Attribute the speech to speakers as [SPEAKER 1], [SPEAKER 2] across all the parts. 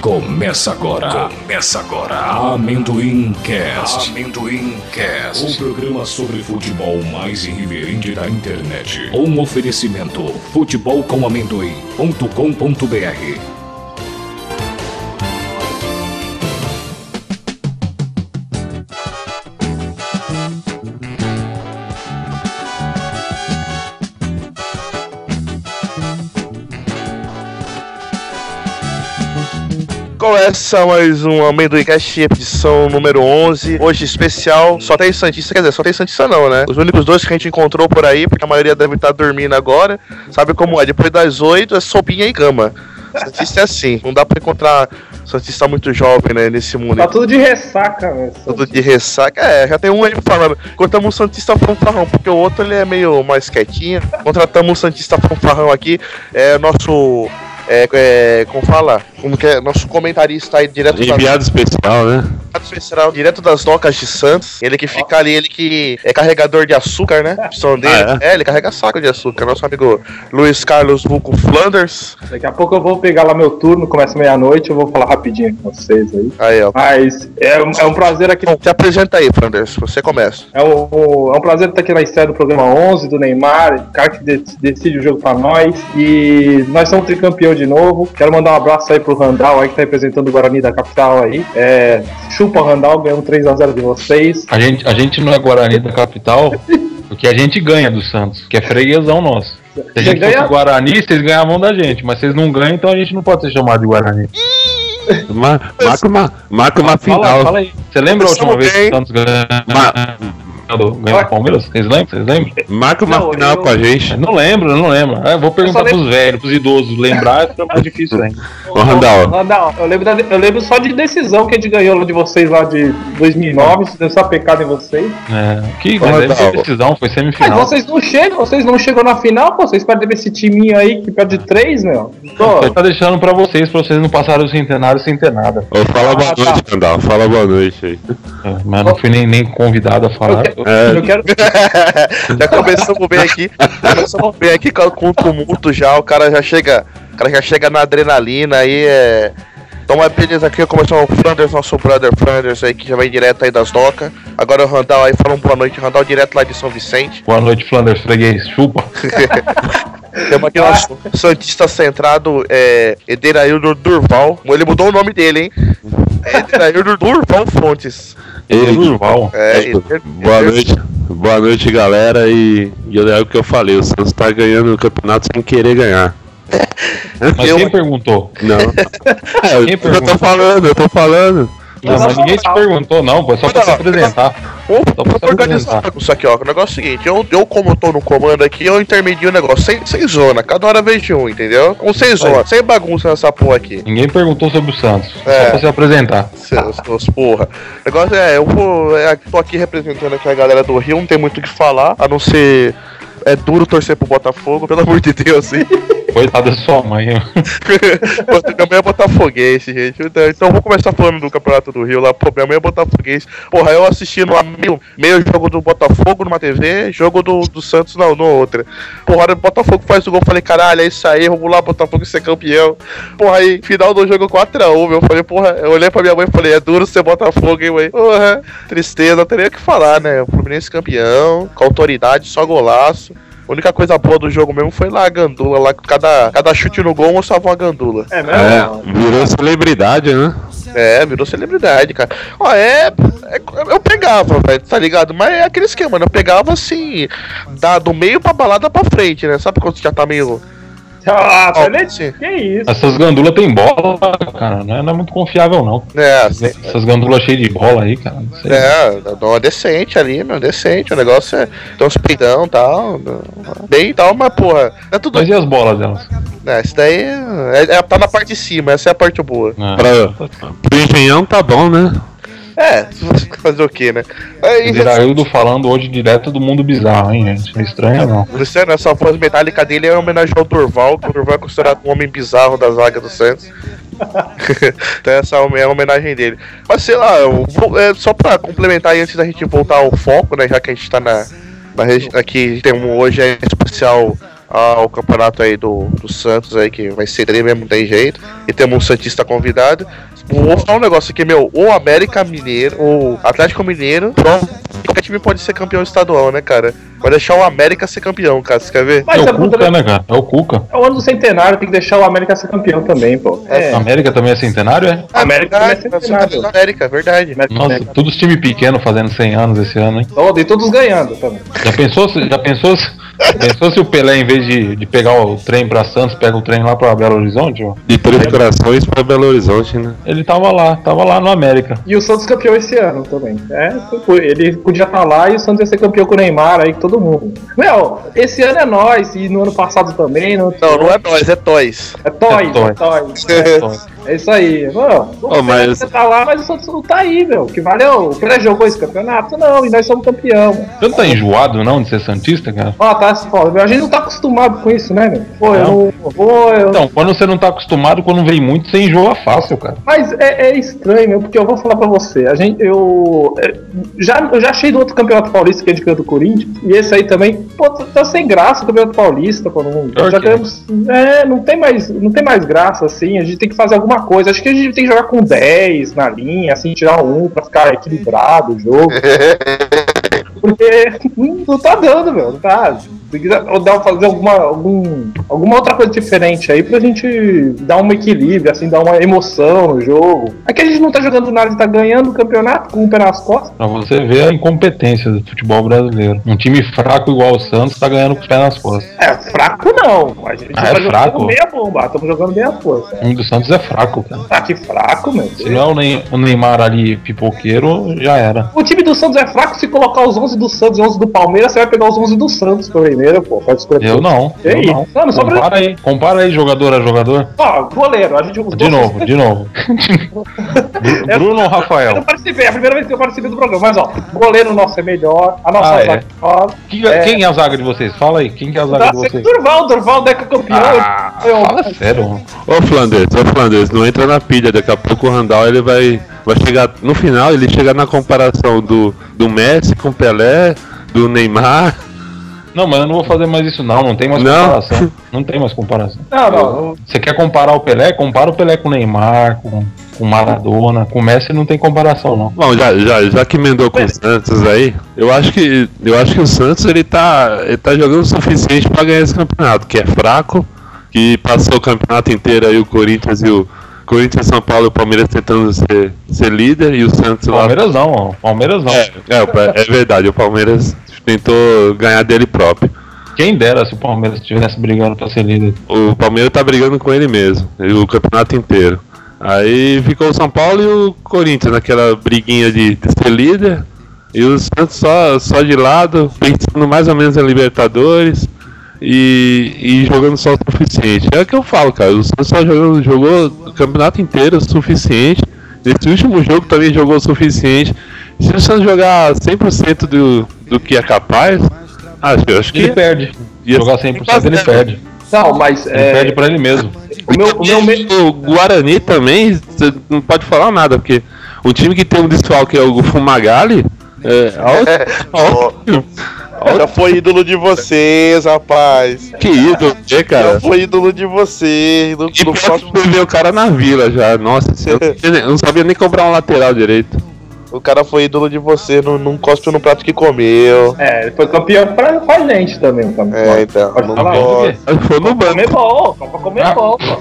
[SPEAKER 1] Começa agora. Começa agora. Amendoim Cast. Amendoim Cast. O programa sobre futebol mais irreverente da internet. Um oferecimento: futebolcomamendoim.com.br.
[SPEAKER 2] Começa mais um Amendoimcast, edição número 11. Hoje especial, só tem Santista, quer dizer, só tem Santista não, né? Os únicos dois que a gente encontrou por aí, porque a maioria deve estar dormindo agora. Sabe como é? Depois das 8 é sopinha e cama. Santista é assim, não dá pra encontrar Santista muito jovem, né, nesse mundo.
[SPEAKER 3] Tá tudo de ressaca, velho.
[SPEAKER 2] Tudo de ressaca. É, já tem um aí falando. Contratamos um Santista fanfarrão, porque o outro ele é meio mais quietinho. Contratamos um Santista fanfarrão aqui. É nosso. É, é, como fala? Como que é? Nosso comentarista aí direto das-
[SPEAKER 4] Enviado é especial, né?
[SPEAKER 2] Ricardo Especial, direto das docas de Santos. Ele que fica ali, ele que é carregador de açúcar, né? A opção dele.
[SPEAKER 4] Ah,
[SPEAKER 2] é? ele carrega saco de açúcar. Nosso amigo Luiz Carlos Vulco Flanders.
[SPEAKER 3] Daqui a pouco eu vou pegar lá meu turno, começa meia-noite, eu vou falar rapidinho com vocês aí.
[SPEAKER 2] Aí, ó.
[SPEAKER 3] Mas é, um- é um prazer aqui.
[SPEAKER 2] Bom, te apresenta aí, Flanders. Você começa.
[SPEAKER 3] É um, é um prazer estar aqui na estreia do programa 11 do Neymar, o cara que de- decide o jogo pra nós. E nós somos tricampeão de novo. Quero mandar um abraço aí pro Randall aí que tá representando o Guarani da capital aí. É, chupa Randall, ganhamos 3x0 de vocês.
[SPEAKER 5] A gente, a gente não é Guarani da capital, porque a gente ganha do Santos, que é freguesão nosso. Se a
[SPEAKER 3] Você
[SPEAKER 5] gente
[SPEAKER 3] ganha?
[SPEAKER 5] fosse Guarani, vocês ganham a mão da gente, mas vocês não ganham, então a gente não pode ser chamado de Guarani.
[SPEAKER 4] Ma marca uma, marca uma
[SPEAKER 5] Fala,
[SPEAKER 4] final.
[SPEAKER 5] fala aí. Você lembra a
[SPEAKER 2] Vocês
[SPEAKER 5] última
[SPEAKER 2] são
[SPEAKER 5] vez que
[SPEAKER 2] bem.
[SPEAKER 5] o Santos ganhou,
[SPEAKER 4] Ma-
[SPEAKER 5] ganhou, ganhou o Palmeiras? Vocês lembram? Vocês lembram?
[SPEAKER 4] marca uma
[SPEAKER 3] Não,
[SPEAKER 4] final
[SPEAKER 3] eu-
[SPEAKER 4] com a gente.
[SPEAKER 5] Não lembro, não lembro. Ah, Eu vou perguntar
[SPEAKER 3] Eu só lembro-
[SPEAKER 5] pros velhos, pros idosos. Lembrar fica mais difícil ainda.
[SPEAKER 4] Ô, Randall,
[SPEAKER 3] Randall, eu lembro, da- eu lembro só de decisão que a gente ganhou lá de vocês lá de 2009, isso deve ser uma pecado em vocês.
[SPEAKER 5] É, que,
[SPEAKER 2] Ô,
[SPEAKER 5] mas deve ser
[SPEAKER 2] Randall.
[SPEAKER 5] decisão, foi
[SPEAKER 3] Mas
[SPEAKER 5] semifinal.
[SPEAKER 3] vocês não chegam, vocês não chegam na final, pô, vocês perdem pra esse timinho aí que perde três, meu.
[SPEAKER 5] Você
[SPEAKER 3] Tô,
[SPEAKER 5] tá deixando pra vocês, pra vocês não passarem o centenário sem ter nada.
[SPEAKER 4] Ô, fala boa
[SPEAKER 3] Ah, tá.
[SPEAKER 4] noite, Randall. Fala boa noite aí.
[SPEAKER 5] É, Mas não fui nem, nem convidado a falar.
[SPEAKER 4] É,
[SPEAKER 3] eu quero.
[SPEAKER 2] já começamos bem aqui. Começamos bem aqui com com o tumulto já. O cara já chega. O cara já chega na adrenalina aí é. Então é beleza aqui, começou o Flanders, nosso brother Flanders aí, que já vem direto aí das docas. Agora o Randall aí falando boa noite, Randall direto lá de São Vicente.
[SPEAKER 5] Boa noite, Flanders Freguês. Chupa.
[SPEAKER 2] Temos aqui nosso Santista centrado, é, Ederaildo Durval. Ele mudou o nome dele, hein? É Ederaildo Durval Fontes.
[SPEAKER 4] ele-
[SPEAKER 5] Durval.
[SPEAKER 2] É,
[SPEAKER 4] Ed-
[SPEAKER 2] Eder-
[SPEAKER 4] tipo, boa
[SPEAKER 2] Eder-
[SPEAKER 4] noite. Boa noite, galera. E, e é o que eu falei, o Santos tá ganhando o campeonato sem querer ganhar.
[SPEAKER 5] Mas
[SPEAKER 2] Eu-
[SPEAKER 5] quem perguntou?
[SPEAKER 4] Não. É, eu,
[SPEAKER 5] Quem
[SPEAKER 4] eu tô
[SPEAKER 5] pergunta?
[SPEAKER 4] falando, eu tô falando.
[SPEAKER 5] Não, mas ninguém te perguntou, não, pô. É só pra se apresentar.
[SPEAKER 2] Vamos
[SPEAKER 5] Só pra se
[SPEAKER 2] organizar
[SPEAKER 5] apresentar.
[SPEAKER 2] Tá isso aqui, ó. O negócio é o seguinte: eu, eu como eu tô no comando aqui, eu intermedio o negócio. Sem, sem zona, cada hora vez de um, entendeu? Um sem zona, sem bagunça nessa porra aqui.
[SPEAKER 5] Ninguém perguntou sobre o Santos.
[SPEAKER 2] É.
[SPEAKER 5] Só pra se apresentar.
[SPEAKER 2] Seus, seus porra. O negócio é, eu vou, é, tô aqui representando aqui a galera do Rio, não tem muito o que falar, a não ser. É duro torcer pro Botafogo, pelo amor de Deus, hein?
[SPEAKER 5] Coitada da sua mãe. ó.
[SPEAKER 2] Pô, minha mãe é botafoguense, gente. Então, Então eu vou começar falando do Campeonato do Rio lá. Pô, minha mãe é botafoguense. Porra, eu assistindo lá meio, meio jogo do Botafogo numa TV, jogo do, do Santos não, no outra. Porra, a hora que o Botafogo faz o gol, eu falei, caralho, é isso aí, vamos lá, Botafogo ser campeão. Porra, aí, final do jogo 4x1, meu. Eu falei, porra, eu olhei pra minha mãe e falei, é duro ser Botafogo, hein, mãe? Porra, tristeza, não teria o que falar, né? O Fluminense campeão, com autoridade, só golaço. A única coisa boa do jogo mesmo foi lá a gandula, lá cada, cada chute no gol mostrava uma gandula.
[SPEAKER 3] É mesmo?
[SPEAKER 4] É, virou celebridade, né?
[SPEAKER 2] É, virou celebridade, cara. Ó, é. é- eu pegava, velho, tá ligado? Mas é aquele esquema, né? Eu pegava assim, da, do meio pra balada pra frente, né? Sabe quando você já tá meio.
[SPEAKER 3] Ah,
[SPEAKER 2] Ó,
[SPEAKER 3] tá nem-
[SPEAKER 2] assim,
[SPEAKER 3] Que isso?
[SPEAKER 5] Essas gandulas tem bola, cara. Não é, não é muito confiável, não.
[SPEAKER 2] né? Assim,
[SPEAKER 5] Essas gandulas cheias de bola aí, cara. Não sei.
[SPEAKER 2] é, dá uma decente ali, meu, decente. O negócio é. Tem uns peidão e tal. Bem e tal, mas porra. É tudo.
[SPEAKER 5] Mas e as bolas delas?
[SPEAKER 2] Né, isso daí é, é- tá na parte de cima, essa é a parte boa.
[SPEAKER 5] Ah,
[SPEAKER 4] Pra, pro engenhão tá bom, né?
[SPEAKER 2] É, fazer o quê, né? Aí,
[SPEAKER 5] Ziraildo falando hoje direto do mundo bizarro, hein, gente? Não é estranho, não.
[SPEAKER 2] Luciano, essa voz metálica dele é em homenagem ao Durval, que o Durval é considerado um homem bizarro da zaga do Santos. então essa é a homenagem dele. Mas sei lá, eu vou- é, só pra complementar aí, antes da gente voltar ao foco, né? Já que a gente tá na. na regi- aqui tem um, hoje é especial ao campeonato aí do, do Santos aí, que vai ser dele mesmo, não tem jeito. E temos um Santista convidado. Vou falar um negócio aqui, meu, ou América Mineiro, ou Atlético Mineiro, pronto, qualquer time pode ser campeão estadual, né, cara? Vai deixar o América ser campeão, cara. Você quer ver?
[SPEAKER 5] É
[SPEAKER 6] Mas é,
[SPEAKER 5] o
[SPEAKER 6] puta-
[SPEAKER 5] Cuca, né, cara? É o Cuca.
[SPEAKER 6] é o ano do centenário, tem que deixar o América ser campeão também, pô. É.
[SPEAKER 5] A América também é centenário, é?
[SPEAKER 6] América
[SPEAKER 2] Ah,
[SPEAKER 6] não é
[SPEAKER 2] verdade,
[SPEAKER 6] centenário.
[SPEAKER 2] da América, verdade.
[SPEAKER 6] América-
[SPEAKER 5] Nossa,
[SPEAKER 6] América.
[SPEAKER 5] todos os times pequenos fazendo 100 anos esse ano, hein?
[SPEAKER 6] Todo- e todos ganhando também.
[SPEAKER 5] Já pensou se, já pensou se, pensou se o Pelé, em vez de, de pegar o trem pra Santos, pega o trem lá pra Belo Horizonte? ó?
[SPEAKER 4] De três corações pra Belo Horizonte, né?
[SPEAKER 5] Ele tava lá, tava lá no América.
[SPEAKER 6] E o Santos campeão esse ano também. É, ele podia estar lá e o Santos ia ser campeão com o Neymar aí, com todo mundo. Meu, esse ano é nós, e no ano passado também, no...
[SPEAKER 2] Não, não é nós, é Toys.
[SPEAKER 6] é Toys,
[SPEAKER 5] É
[SPEAKER 6] é Toys. É, isso aí. Mano,
[SPEAKER 4] Ô, mas-
[SPEAKER 6] você tá lá, mas o Santos não tá aí, meu. Que valeu, o Pelé jogou esse campeonato? Não, e nós somos campeão.
[SPEAKER 5] Você não tá enjoado, não, de ser Santista, cara?
[SPEAKER 6] Ó, tá, foda. A gente não tá acostumado com isso, né, meu? Pô, eu não. Pô, eu...
[SPEAKER 5] Então, quando você não tá acostumado, quando vem muito, você enjoa fácil, cara.
[SPEAKER 6] Mas é, é estranho, meu, porque eu vou falar pra você. A gente, eu, é, já, eu já achei do outro Campeonato Paulista que a gente ganhou do Corinthians, e esse aí também, pô, tá- tá sem graça o Campeonato Paulista, pô, não,
[SPEAKER 5] Pior
[SPEAKER 6] já
[SPEAKER 5] que é.
[SPEAKER 6] ganhamos. É, não tem, mais, não tem mais graça, assim, a gente tem que fazer alguma coisa. Acho que a gente tem que jogar com 10 na linha, assim, tirar um pra ficar equilibrado o jogo. Porque hum, não tá dando, meu, não tá. Tem que dar- ou dar- fazer alguma, algum, alguma outra coisa diferente aí pra gente dar um equilíbrio, assim, dar uma emoção no jogo. Aqui a gente não tá jogando nada, a gente tá ganhando o campeonato com o pé nas costas.
[SPEAKER 5] Pra você ver a incompetência do futebol brasileiro. Um time fraco igual o Santos tá ganhando com os pés nas costas.
[SPEAKER 6] É, fraco não. A gente
[SPEAKER 5] Ah,
[SPEAKER 6] tá
[SPEAKER 5] é
[SPEAKER 6] jogando
[SPEAKER 5] fraco?
[SPEAKER 6] meia bomba, estamos jogando meia força.
[SPEAKER 5] O time do Santos é fraco, cara.
[SPEAKER 6] Ah, que fraco, meu.
[SPEAKER 5] Se não é o Ney- o Neymar ali pipoqueiro, já era.
[SPEAKER 6] O time do Santos é fraco se colocar os 11 do Santos e 11 do Palmeiras, você vai pegar os 11 do Santos primeiro, pô. Pode escolher.
[SPEAKER 5] Eu não.
[SPEAKER 6] Que
[SPEAKER 5] Eu
[SPEAKER 6] isso?
[SPEAKER 5] não.
[SPEAKER 6] Mano, só pra-
[SPEAKER 5] Compara aí, compara aí jogador a jogador.
[SPEAKER 6] Ó, goleiro, a gente os
[SPEAKER 5] De
[SPEAKER 6] dois-
[SPEAKER 5] novo, de novo. Bru- Bruno ou
[SPEAKER 6] Eu não
[SPEAKER 5] Rafael?
[SPEAKER 6] participei, é a primeira vez que eu participei do programa, mas ó, o goleiro nosso é melhor, a nossa
[SPEAKER 5] Ah,
[SPEAKER 6] zaga
[SPEAKER 5] é.
[SPEAKER 6] é melhor.
[SPEAKER 5] Que-
[SPEAKER 6] É.
[SPEAKER 5] Quem é a zaga de vocês? Fala aí, quem que é a zaga
[SPEAKER 6] Tá,
[SPEAKER 5] de
[SPEAKER 6] sempre
[SPEAKER 5] vocês?
[SPEAKER 6] Durval, Durval, Deca campeão.
[SPEAKER 5] Ah,
[SPEAKER 6] eu-
[SPEAKER 5] fala sério. mano.
[SPEAKER 4] Ô Flanders, ô Flanders, não entra na pilha, daqui a pouco o Randall ele vai, vai chegar. No final ele chega na comparação do, do Messi com o Pelé, do Neymar.
[SPEAKER 5] Não, mas eu não vou fazer mais isso não, não tem mais
[SPEAKER 4] Não.
[SPEAKER 5] comparação. Não tem mais comparação.
[SPEAKER 6] Não, não,
[SPEAKER 5] Você quer comparar o Pelé? Compara o Pelé com o Neymar, com com o Maradona, com o Messi não tem comparação não.
[SPEAKER 4] Bom, já, já, já que emendou com o Santos aí, eu acho que eu acho que o Santos ele tá, ele tá jogando o suficiente pra ganhar esse campeonato, que é fraco, que passou o campeonato inteiro aí o Corinthians e o Corinthians, São Paulo e o Palmeiras tentando ser, ser líder e o Santos lá
[SPEAKER 5] Palmeiras não, ó. Palmeiras não.
[SPEAKER 4] É, é, o Pa- é verdade, o Palmeiras tentou ganhar dele próprio.
[SPEAKER 5] Quem dera se o Palmeiras estivesse brigando pra ser líder.
[SPEAKER 4] O Palmeiras tá brigando com ele mesmo, e o campeonato inteiro. Aí ficou o São Paulo e o Corinthians naquela briguinha de, de ser líder. E o Santos só, só de lado, pensando mais ou menos na Libertadores e, e jogando só o suficiente. É o que eu falo, cara. O Santos só jogou, jogou o campeonato inteiro o suficiente. Nesse último jogo também jogou o suficiente. Se o Santos jogar 100% do, do que é capaz, acho, acho que
[SPEAKER 5] Ele perde.
[SPEAKER 4] Ia
[SPEAKER 5] Jogar
[SPEAKER 4] ser
[SPEAKER 5] 100% ele
[SPEAKER 4] bastante.
[SPEAKER 5] perde.
[SPEAKER 6] não, mas
[SPEAKER 5] Ele perde
[SPEAKER 6] é,
[SPEAKER 5] pra ele mesmo.
[SPEAKER 6] o meu, o meu medo.
[SPEAKER 4] o Guarani também, você não pode falar nada, porque o time que tem um desfalque é o Fumagalli. É, ó, ó,
[SPEAKER 2] Já foi ídolo de vocês, rapaz.
[SPEAKER 4] que ídolo, né,
[SPEAKER 2] Já
[SPEAKER 4] cara?
[SPEAKER 2] foi ídolo de vocês. No,
[SPEAKER 4] E
[SPEAKER 2] no
[SPEAKER 4] pior
[SPEAKER 2] próximo-
[SPEAKER 4] que foi ver o cara na vila já. Nossa, eu não sabia nem- eu não sabia nem comprar um lateral direito.
[SPEAKER 2] o cara foi ídolo de vocês, não, não cospe no prato que comeu.
[SPEAKER 6] É, ele foi campeão pra, com a gente também. Tá?
[SPEAKER 2] É, então.
[SPEAKER 6] Pode
[SPEAKER 2] Não
[SPEAKER 6] falar.
[SPEAKER 2] gosto.
[SPEAKER 4] Foi no banco.
[SPEAKER 6] Comer bom, Copa comer
[SPEAKER 5] Ah.
[SPEAKER 6] bom, pô.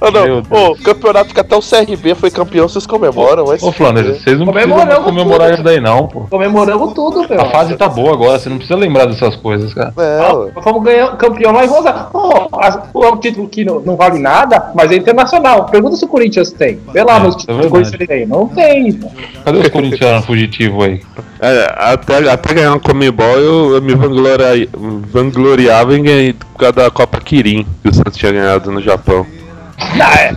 [SPEAKER 2] Ah, não.
[SPEAKER 5] Meu Deus.
[SPEAKER 2] Ô, campeonato que até o CRB foi campeão, vocês comemoram. vai se
[SPEAKER 5] Ô Flanders, vocês não
[SPEAKER 6] Comemoramos
[SPEAKER 5] precisam comemorar
[SPEAKER 6] tudo.
[SPEAKER 5] isso daí não, pô.
[SPEAKER 6] Comemoramos tudo, meu.
[SPEAKER 5] A fase tá boa agora, você não precisa lembrar dessas coisas, cara.
[SPEAKER 2] É, ué.
[SPEAKER 6] Nós Fomos ganhar, campeão lá em Rosário. Pô, a- o- é um título que não, não vale nada, mas é internacional. Pergunta se o Corinthians tem. Vê lá
[SPEAKER 5] É,
[SPEAKER 6] nos
[SPEAKER 5] isso é
[SPEAKER 6] títulos que
[SPEAKER 5] verdade.
[SPEAKER 6] o Corinthians tem. Não tem.
[SPEAKER 5] Cadê os corintianos fugitivos aí?
[SPEAKER 4] É, até, até ganhar um comebol eu, eu me vanglori- vangloriava em ganhar por causa da Copa Kirin que o Santos tinha ganhado no Japão.
[SPEAKER 6] Ah, é.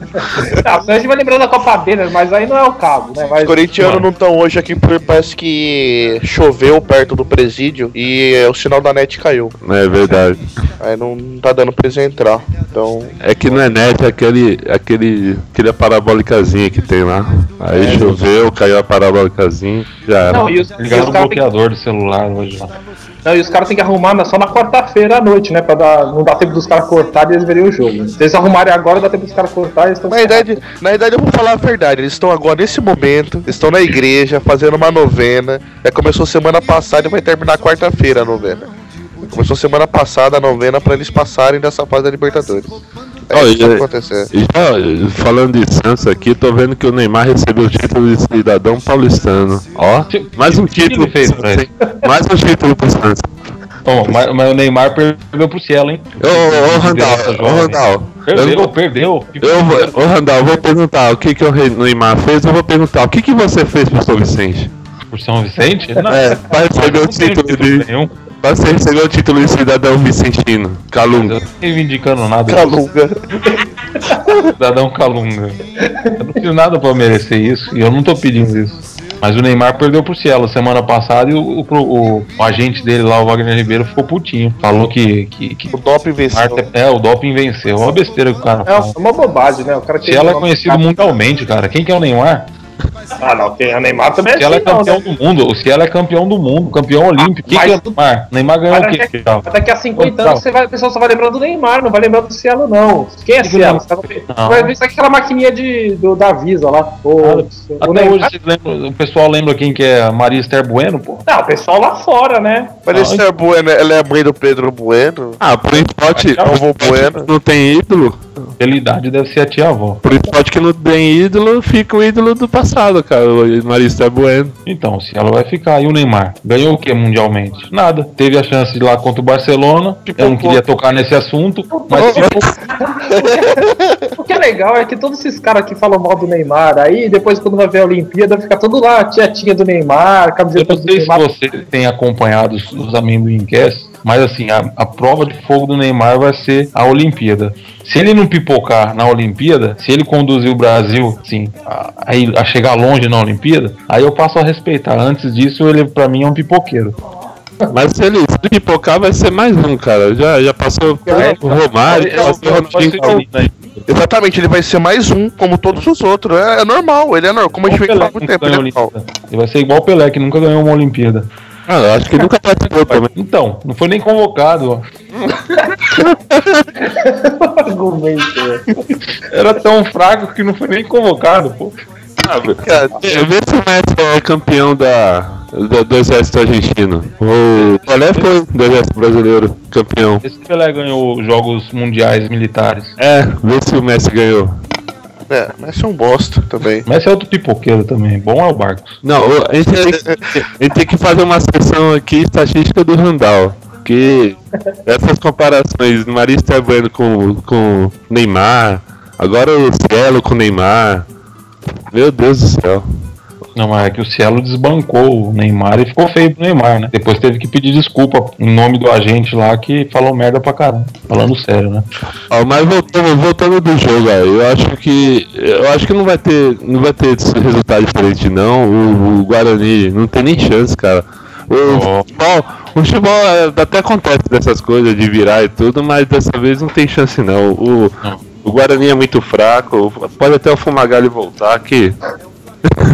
[SPEAKER 6] Não, senão a gente vai lembrando da Copa B, né? mas aí não é o cabo, né? Mas...
[SPEAKER 2] Os corintianos não estão hoje aqui porque parece que choveu perto do presídio e eh, o sinal da net caiu.
[SPEAKER 4] É verdade.
[SPEAKER 2] Aí não tá dando pra eles entrar. Então,
[SPEAKER 4] É que não é net, é aquele, aquele, aquela parabólicazinha que tem lá. Aí choveu, caiu a parabólicazinha, já
[SPEAKER 5] Tá
[SPEAKER 4] era.
[SPEAKER 6] Não, e os, e
[SPEAKER 5] Ligaram
[SPEAKER 6] os
[SPEAKER 5] É.
[SPEAKER 6] caras
[SPEAKER 5] o
[SPEAKER 6] têm
[SPEAKER 5] bloqueador do celular hoje lá.
[SPEAKER 6] não, e os caras têm que arrumar na- só na quarta-feira à noite, né? Pra dar, não dá tempo dos caras cortarem e eles verem o jogo. Se eles arrumarem agora, dá tempo dos caras cortarem e eles estão.
[SPEAKER 2] na verdade, na verdade eu vou falar a verdade. Eles estão agora nesse momento, estão na igreja fazendo uma novena. Já começou semana passada e vai terminar quarta-feira a novena. Começou semana passada a novena pra eles passarem dessa fase da Libertadores. É
[SPEAKER 4] Olha,
[SPEAKER 2] isso que
[SPEAKER 4] e-
[SPEAKER 2] vai acontecer.
[SPEAKER 4] E já falando de Santos aqui, tô vendo que o Neymar recebeu o título de cidadão paulistano. Ó, mais um
[SPEAKER 5] que ele
[SPEAKER 4] título pro
[SPEAKER 5] fez pra
[SPEAKER 4] Santos, hein? Mais um título pro Santos.
[SPEAKER 5] Bom, mas, mas o Neymar perdeu pro Cielo, hein?
[SPEAKER 4] Ô, ô, ô, Randall,
[SPEAKER 5] Liderança
[SPEAKER 4] ô,
[SPEAKER 5] é jovem.
[SPEAKER 4] Randall. Eu
[SPEAKER 5] Perdeu,
[SPEAKER 4] não vou-
[SPEAKER 5] perdeu.
[SPEAKER 4] eu vou, ô Randall, eu vou perguntar o que, que o Rei- Neymar fez, eu vou perguntar o que, que você fez pro São Vicente?
[SPEAKER 5] Por São Vicente? Não,
[SPEAKER 4] É, pra receber o
[SPEAKER 5] não tem
[SPEAKER 4] título de.
[SPEAKER 5] nenhum.
[SPEAKER 4] Pra você receber o título de cidadão vicentino.
[SPEAKER 5] Eu
[SPEAKER 4] Calunga.
[SPEAKER 5] não tô reivindicando nada.
[SPEAKER 2] Calunga.
[SPEAKER 5] Cidadão Calunga. Eu não fiz nada pra merecer isso e eu não tô pedindo isso. Mas o Neymar perdeu pro Cielo semana passada e o, o- o- o agente dele lá, o Wagner Ribeiro, ficou putinho. Falou que, que, que
[SPEAKER 2] O top venceu.
[SPEAKER 5] Neymar te- é, o doping venceu. Olha a besteira que o cara
[SPEAKER 6] É
[SPEAKER 5] fala.
[SPEAKER 6] uma bobagem, né? O cara
[SPEAKER 5] Cielo é conhecido mundialmente, cara. Quem que é o Neymar?
[SPEAKER 6] Ah, não, tem o Neymar também é
[SPEAKER 5] Cielo é
[SPEAKER 6] assim, não,
[SPEAKER 5] campeão
[SPEAKER 6] né?
[SPEAKER 5] do mundo. O Cielo é campeão do mundo, campeão olímpico. Quem que é o Neymar? Neymar ganhou o
[SPEAKER 6] Mas
[SPEAKER 5] quê?
[SPEAKER 6] daqui, mas daqui a 50 anos você vai, o pessoal só vai lembrando do Neymar, não vai lembrando do Cielo, não. Quem é Cielo?
[SPEAKER 5] Não.
[SPEAKER 6] Vai ver isso aqui, aquela maquininha de, do, da Visa lá. O, o
[SPEAKER 5] Até
[SPEAKER 6] Neymar.
[SPEAKER 5] hoje vocês lembram- o pessoal lembra quem que é a Maria Esther Bueno, pô?
[SPEAKER 6] Não, o pessoal lá fora, né?
[SPEAKER 2] Mas esse é Bueno, ela é a mãe do Pedro Bueno.
[SPEAKER 4] Ah, por esporte.
[SPEAKER 2] Alvo Bueno.
[SPEAKER 4] Não tem ídolo?
[SPEAKER 5] Pela idade deve ser a tia avó.
[SPEAKER 4] Por esporte que não tem ídolo, fica o ídolo do passado, cara. O Marista Bueno.
[SPEAKER 5] Então, se ela vai ficar, e o Neymar? Ganhou o que mundialmente? Nada. Teve a chance de ir lá contra o Barcelona. eu não queria tocar nesse assunto, mas
[SPEAKER 6] O que é legal é que todos esses caras que falam mal do Neymar, aí depois quando vai ver a Olimpíada, fica todo lá, a tietinha do Neymar,
[SPEAKER 5] eu
[SPEAKER 6] camiseta
[SPEAKER 5] não
[SPEAKER 6] do
[SPEAKER 5] sei se
[SPEAKER 6] Neymar.
[SPEAKER 5] você tem acompanhado os, os amendoimcast, mas assim, a, a prova de fogo do Neymar vai ser a Olimpíada. Se ele não pipocar na Olimpíada, se ele conduzir o Brasil, assim, a, a ir- a chegar longe na Olimpíada, aí eu passo a respeitar. Antes disso, ele pra mim é um pipoqueiro.
[SPEAKER 4] Mas se ele se ele pipocar, vai ser mais um, cara. Já, já passou o
[SPEAKER 5] Ah,
[SPEAKER 4] Romário,
[SPEAKER 5] então,
[SPEAKER 4] já passou o Ronaldinho. Gaúcho.
[SPEAKER 5] né?
[SPEAKER 2] Exatamente, ele vai ser mais um, como todos os outros. É, é normal, ele é normal. Como a gente vem falar há muito tempo, ele é
[SPEAKER 6] um
[SPEAKER 2] normal.
[SPEAKER 5] Ele vai ser igual o Pelé, que nunca ganhou uma Olimpíada.
[SPEAKER 4] Ah, eu acho que nunca participou também.
[SPEAKER 5] Então, não foi nem convocado. ó.
[SPEAKER 6] Argumento, né?
[SPEAKER 5] Era tão fraco que não foi nem convocado, pô.
[SPEAKER 2] Cara,
[SPEAKER 4] Eu vejo se o Messi é campeão da, do, do exército argentino. O Pelé foi do exército brasileiro campeão.
[SPEAKER 5] Esse Pelé ganhou os jogos mundiais militares.
[SPEAKER 4] É, vê se o Messi ganhou.
[SPEAKER 2] É, mas é um bosta também.
[SPEAKER 5] Mas esse é outro pipoqueiro também. Bom é o Barcos.
[SPEAKER 4] Não, o- a gente, tem que, a gente tem que fazer uma sessão aqui estatística do Randall. Que essas comparações, Marista Bueno com, com Neymar, agora o Cielo com Neymar. Meu Deus do céu.
[SPEAKER 5] Não, mas é que o Cielo desbancou o Neymar e ficou feio pro Neymar, né? Depois teve que pedir desculpa em nome do agente lá que falou merda pra caramba. Falando sério, né?
[SPEAKER 4] Ó, mas voltando, voltando do jogo aí, eu acho que. Eu acho que não vai ter. Não vai ter esse resultado diferente, não. O, o Guarani não tem nem chance, cara. O
[SPEAKER 5] Ó.
[SPEAKER 4] futebol, o futebol é, até acontece dessas coisas de virar e tudo, mas dessa vez não tem chance não. O, o Guarani é muito fraco, pode até o Fumagalli voltar aqui.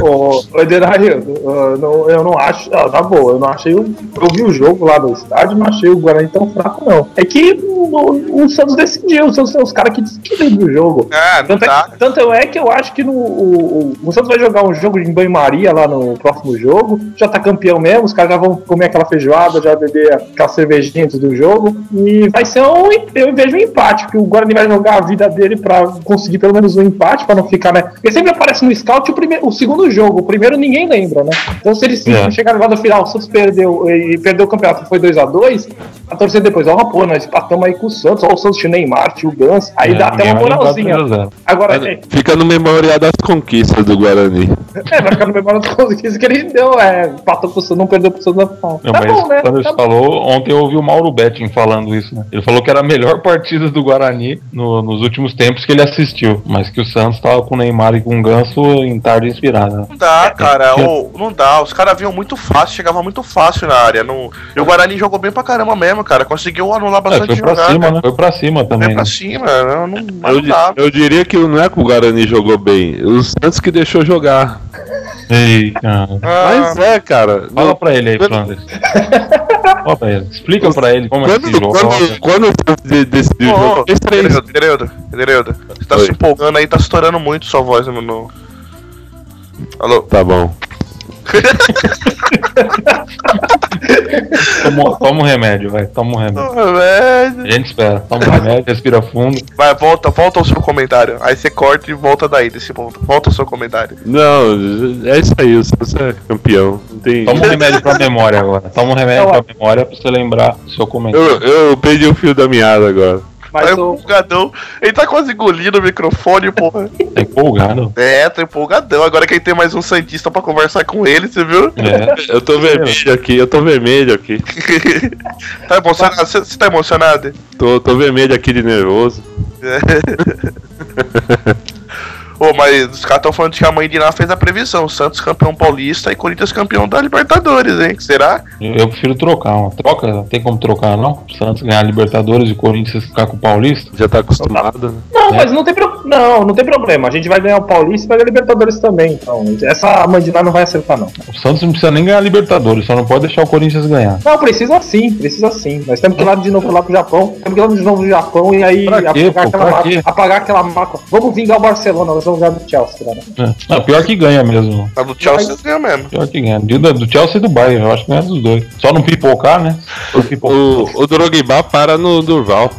[SPEAKER 6] Ô, ô, Ederário, eu não, eu não acho. ah, tá bom, eu não achei. o- Eu vi o jogo lá no estádio, não achei o Guarani tão fraco, não. É que o, o- o Santos decidiu, o Santos são os caras que decidem o jogo.
[SPEAKER 2] Ah,
[SPEAKER 6] Tanto
[SPEAKER 5] tá.
[SPEAKER 6] é, tanto é que eu acho que no, o, o- o Santos vai jogar um jogo em banho-maria lá no próximo jogo. Já tá campeão mesmo, os caras já vão comer aquela feijoada, já beber aquela cervejinha antes do jogo. E vai ser um. Eu vejo um empate, porque o Guarani vai jogar a vida dele pra conseguir pelo menos um empate, pra não ficar, né? Porque sempre aparece no scout o, primeiro, o segundo jogo. O primeiro ninguém lembra, né? Então se eles
[SPEAKER 5] É.
[SPEAKER 6] chegaram lá no final, o Santos perdeu e perdeu o campeonato, foi 2x2, a, torcida depois, ó, pô, nós empatamos aí com o Santos, ó, o Santos tinha o Neymar, tinha o Gans, aí dá até
[SPEAKER 5] É, ninguém
[SPEAKER 6] uma
[SPEAKER 5] vai lembrar
[SPEAKER 6] moralzinha.
[SPEAKER 5] 3x0.
[SPEAKER 6] Agora, é,
[SPEAKER 4] Fica no memorial das conquistas do Guarani.
[SPEAKER 6] é, vai ficar no memória do Santos que ele deu, é, empatou pro Santos, não perdeu pro Santos na final.
[SPEAKER 5] Não,
[SPEAKER 6] tá
[SPEAKER 5] mas
[SPEAKER 6] bom, né?
[SPEAKER 5] quando ele
[SPEAKER 6] Tá bom.
[SPEAKER 5] falou, ontem eu ouvi o Mauro Betting falando isso, né? Ele falou que era a melhor partida do Guarani no- nos últimos tempos que ele assistiu, mas que o Santos tava com o Neymar e com o Ganso em tarde inspirada.
[SPEAKER 2] Não dá, cara. Ô, não dá. Os caras vinham muito fácil, chegavam muito fácil na área. Não... E o Guarani jogou bem pra caramba mesmo, cara. Conseguiu anular
[SPEAKER 5] É,
[SPEAKER 2] bastante
[SPEAKER 5] foi pra
[SPEAKER 2] jogada.
[SPEAKER 5] cima, né? Foi pra cima
[SPEAKER 2] É
[SPEAKER 5] também.
[SPEAKER 2] pra
[SPEAKER 5] Né?
[SPEAKER 2] cima, não, não, mas
[SPEAKER 4] Eu,
[SPEAKER 2] não
[SPEAKER 4] di-
[SPEAKER 2] dá.
[SPEAKER 4] eu diria que não é que o Guarani jogou bem, o Santos que deixou jogar.
[SPEAKER 5] Ei, cara.
[SPEAKER 2] Ah,
[SPEAKER 4] Mas é, cara.
[SPEAKER 5] Fala
[SPEAKER 4] não-
[SPEAKER 5] pra ele aí,
[SPEAKER 4] Quando-
[SPEAKER 5] Flanders. Fala pra ele. Explica pra ele como é que
[SPEAKER 4] Quando,
[SPEAKER 5] se
[SPEAKER 4] quando,
[SPEAKER 5] joga.
[SPEAKER 4] quando o é Santos de- decidiu
[SPEAKER 2] Ô, ô,
[SPEAKER 4] jogar, fez três.
[SPEAKER 2] Adreudo, Adreudo, Adreudo, Você tá
[SPEAKER 4] Oi.
[SPEAKER 2] se empolgando aí, tá estourando muito sua voz no. no- Alô?
[SPEAKER 4] Tá bom.
[SPEAKER 5] Toma, toma um remédio, vai. Toma um remédio.
[SPEAKER 2] Ah, velho.
[SPEAKER 5] A gente espera. Toma um remédio, respira fundo.
[SPEAKER 2] Vai, volta, volta ao seu comentário. Aí você corta e volta daí desse ponto. Volta ao seu comentário.
[SPEAKER 4] Não, é isso aí, o Santos é campeão. Não tem...
[SPEAKER 5] Toma um remédio pra memória agora. Toma um remédio
[SPEAKER 6] Tá
[SPEAKER 5] pra memória pra você lembrar do seu comentário.
[SPEAKER 4] Eu, eu perdi o fio da meada agora.
[SPEAKER 2] Aí
[SPEAKER 6] Mas
[SPEAKER 2] o
[SPEAKER 6] o,
[SPEAKER 2] empolgadão. Ele tá quase engolindo o microfone, porra.
[SPEAKER 5] Tá empolgado?
[SPEAKER 2] é, tá empolgadão. Agora que ele tem mais um Santista pra conversar com ele, você viu?
[SPEAKER 5] É.
[SPEAKER 4] Eu tô vermelho aqui, eu tô vermelho aqui.
[SPEAKER 2] tá emocionado? Você você tá emocionado?
[SPEAKER 4] Tô, tô vermelho aqui de nervoso.
[SPEAKER 2] Ô, mas os caras tão falando que a mãe de Iná fez a previsão. Santos campeão paulista e Corinthians campeão da Libertadores, hein? Será?
[SPEAKER 4] Tá
[SPEAKER 5] Eu, eu prefiro trocar uma. Troca, não tem como trocar, não? O Santos ganhar a Libertadores e o Corinthians ficar com o Paulista?
[SPEAKER 4] Já tá acostumado, né?
[SPEAKER 6] não, mas não tem, pro- não, não tem problema. A gente vai ganhar o Paulista e vai ganhar a Libertadores também. Então, essa Mandiná não vai acertar, não.
[SPEAKER 5] O Santos não precisa nem ganhar a Libertadores, só não pode deixar o Corinthians ganhar.
[SPEAKER 6] Não, precisa sim, precisa sim. Nós temos que ir lá de novo lá pro Japão. Temos que ir lá de novo pro Japão e aí
[SPEAKER 5] Pra quê,
[SPEAKER 6] apagar,
[SPEAKER 5] pô?
[SPEAKER 6] aquela
[SPEAKER 5] Pra
[SPEAKER 6] mácula,
[SPEAKER 5] quê?
[SPEAKER 6] apagar aquela mácula. Vamos vingar o Barcelona, nós vamos ganhar do Chelsea, cara.
[SPEAKER 5] É. Não, pior que ganha mesmo.
[SPEAKER 2] Tá do Chelsea ganha mesmo.
[SPEAKER 5] Pior que ganha. Do, do Chelsea e do Bayern, eu acho que ganha dos dois. Só não pipocar, né? Não pipocar.
[SPEAKER 4] O, o Drogba para no Durval.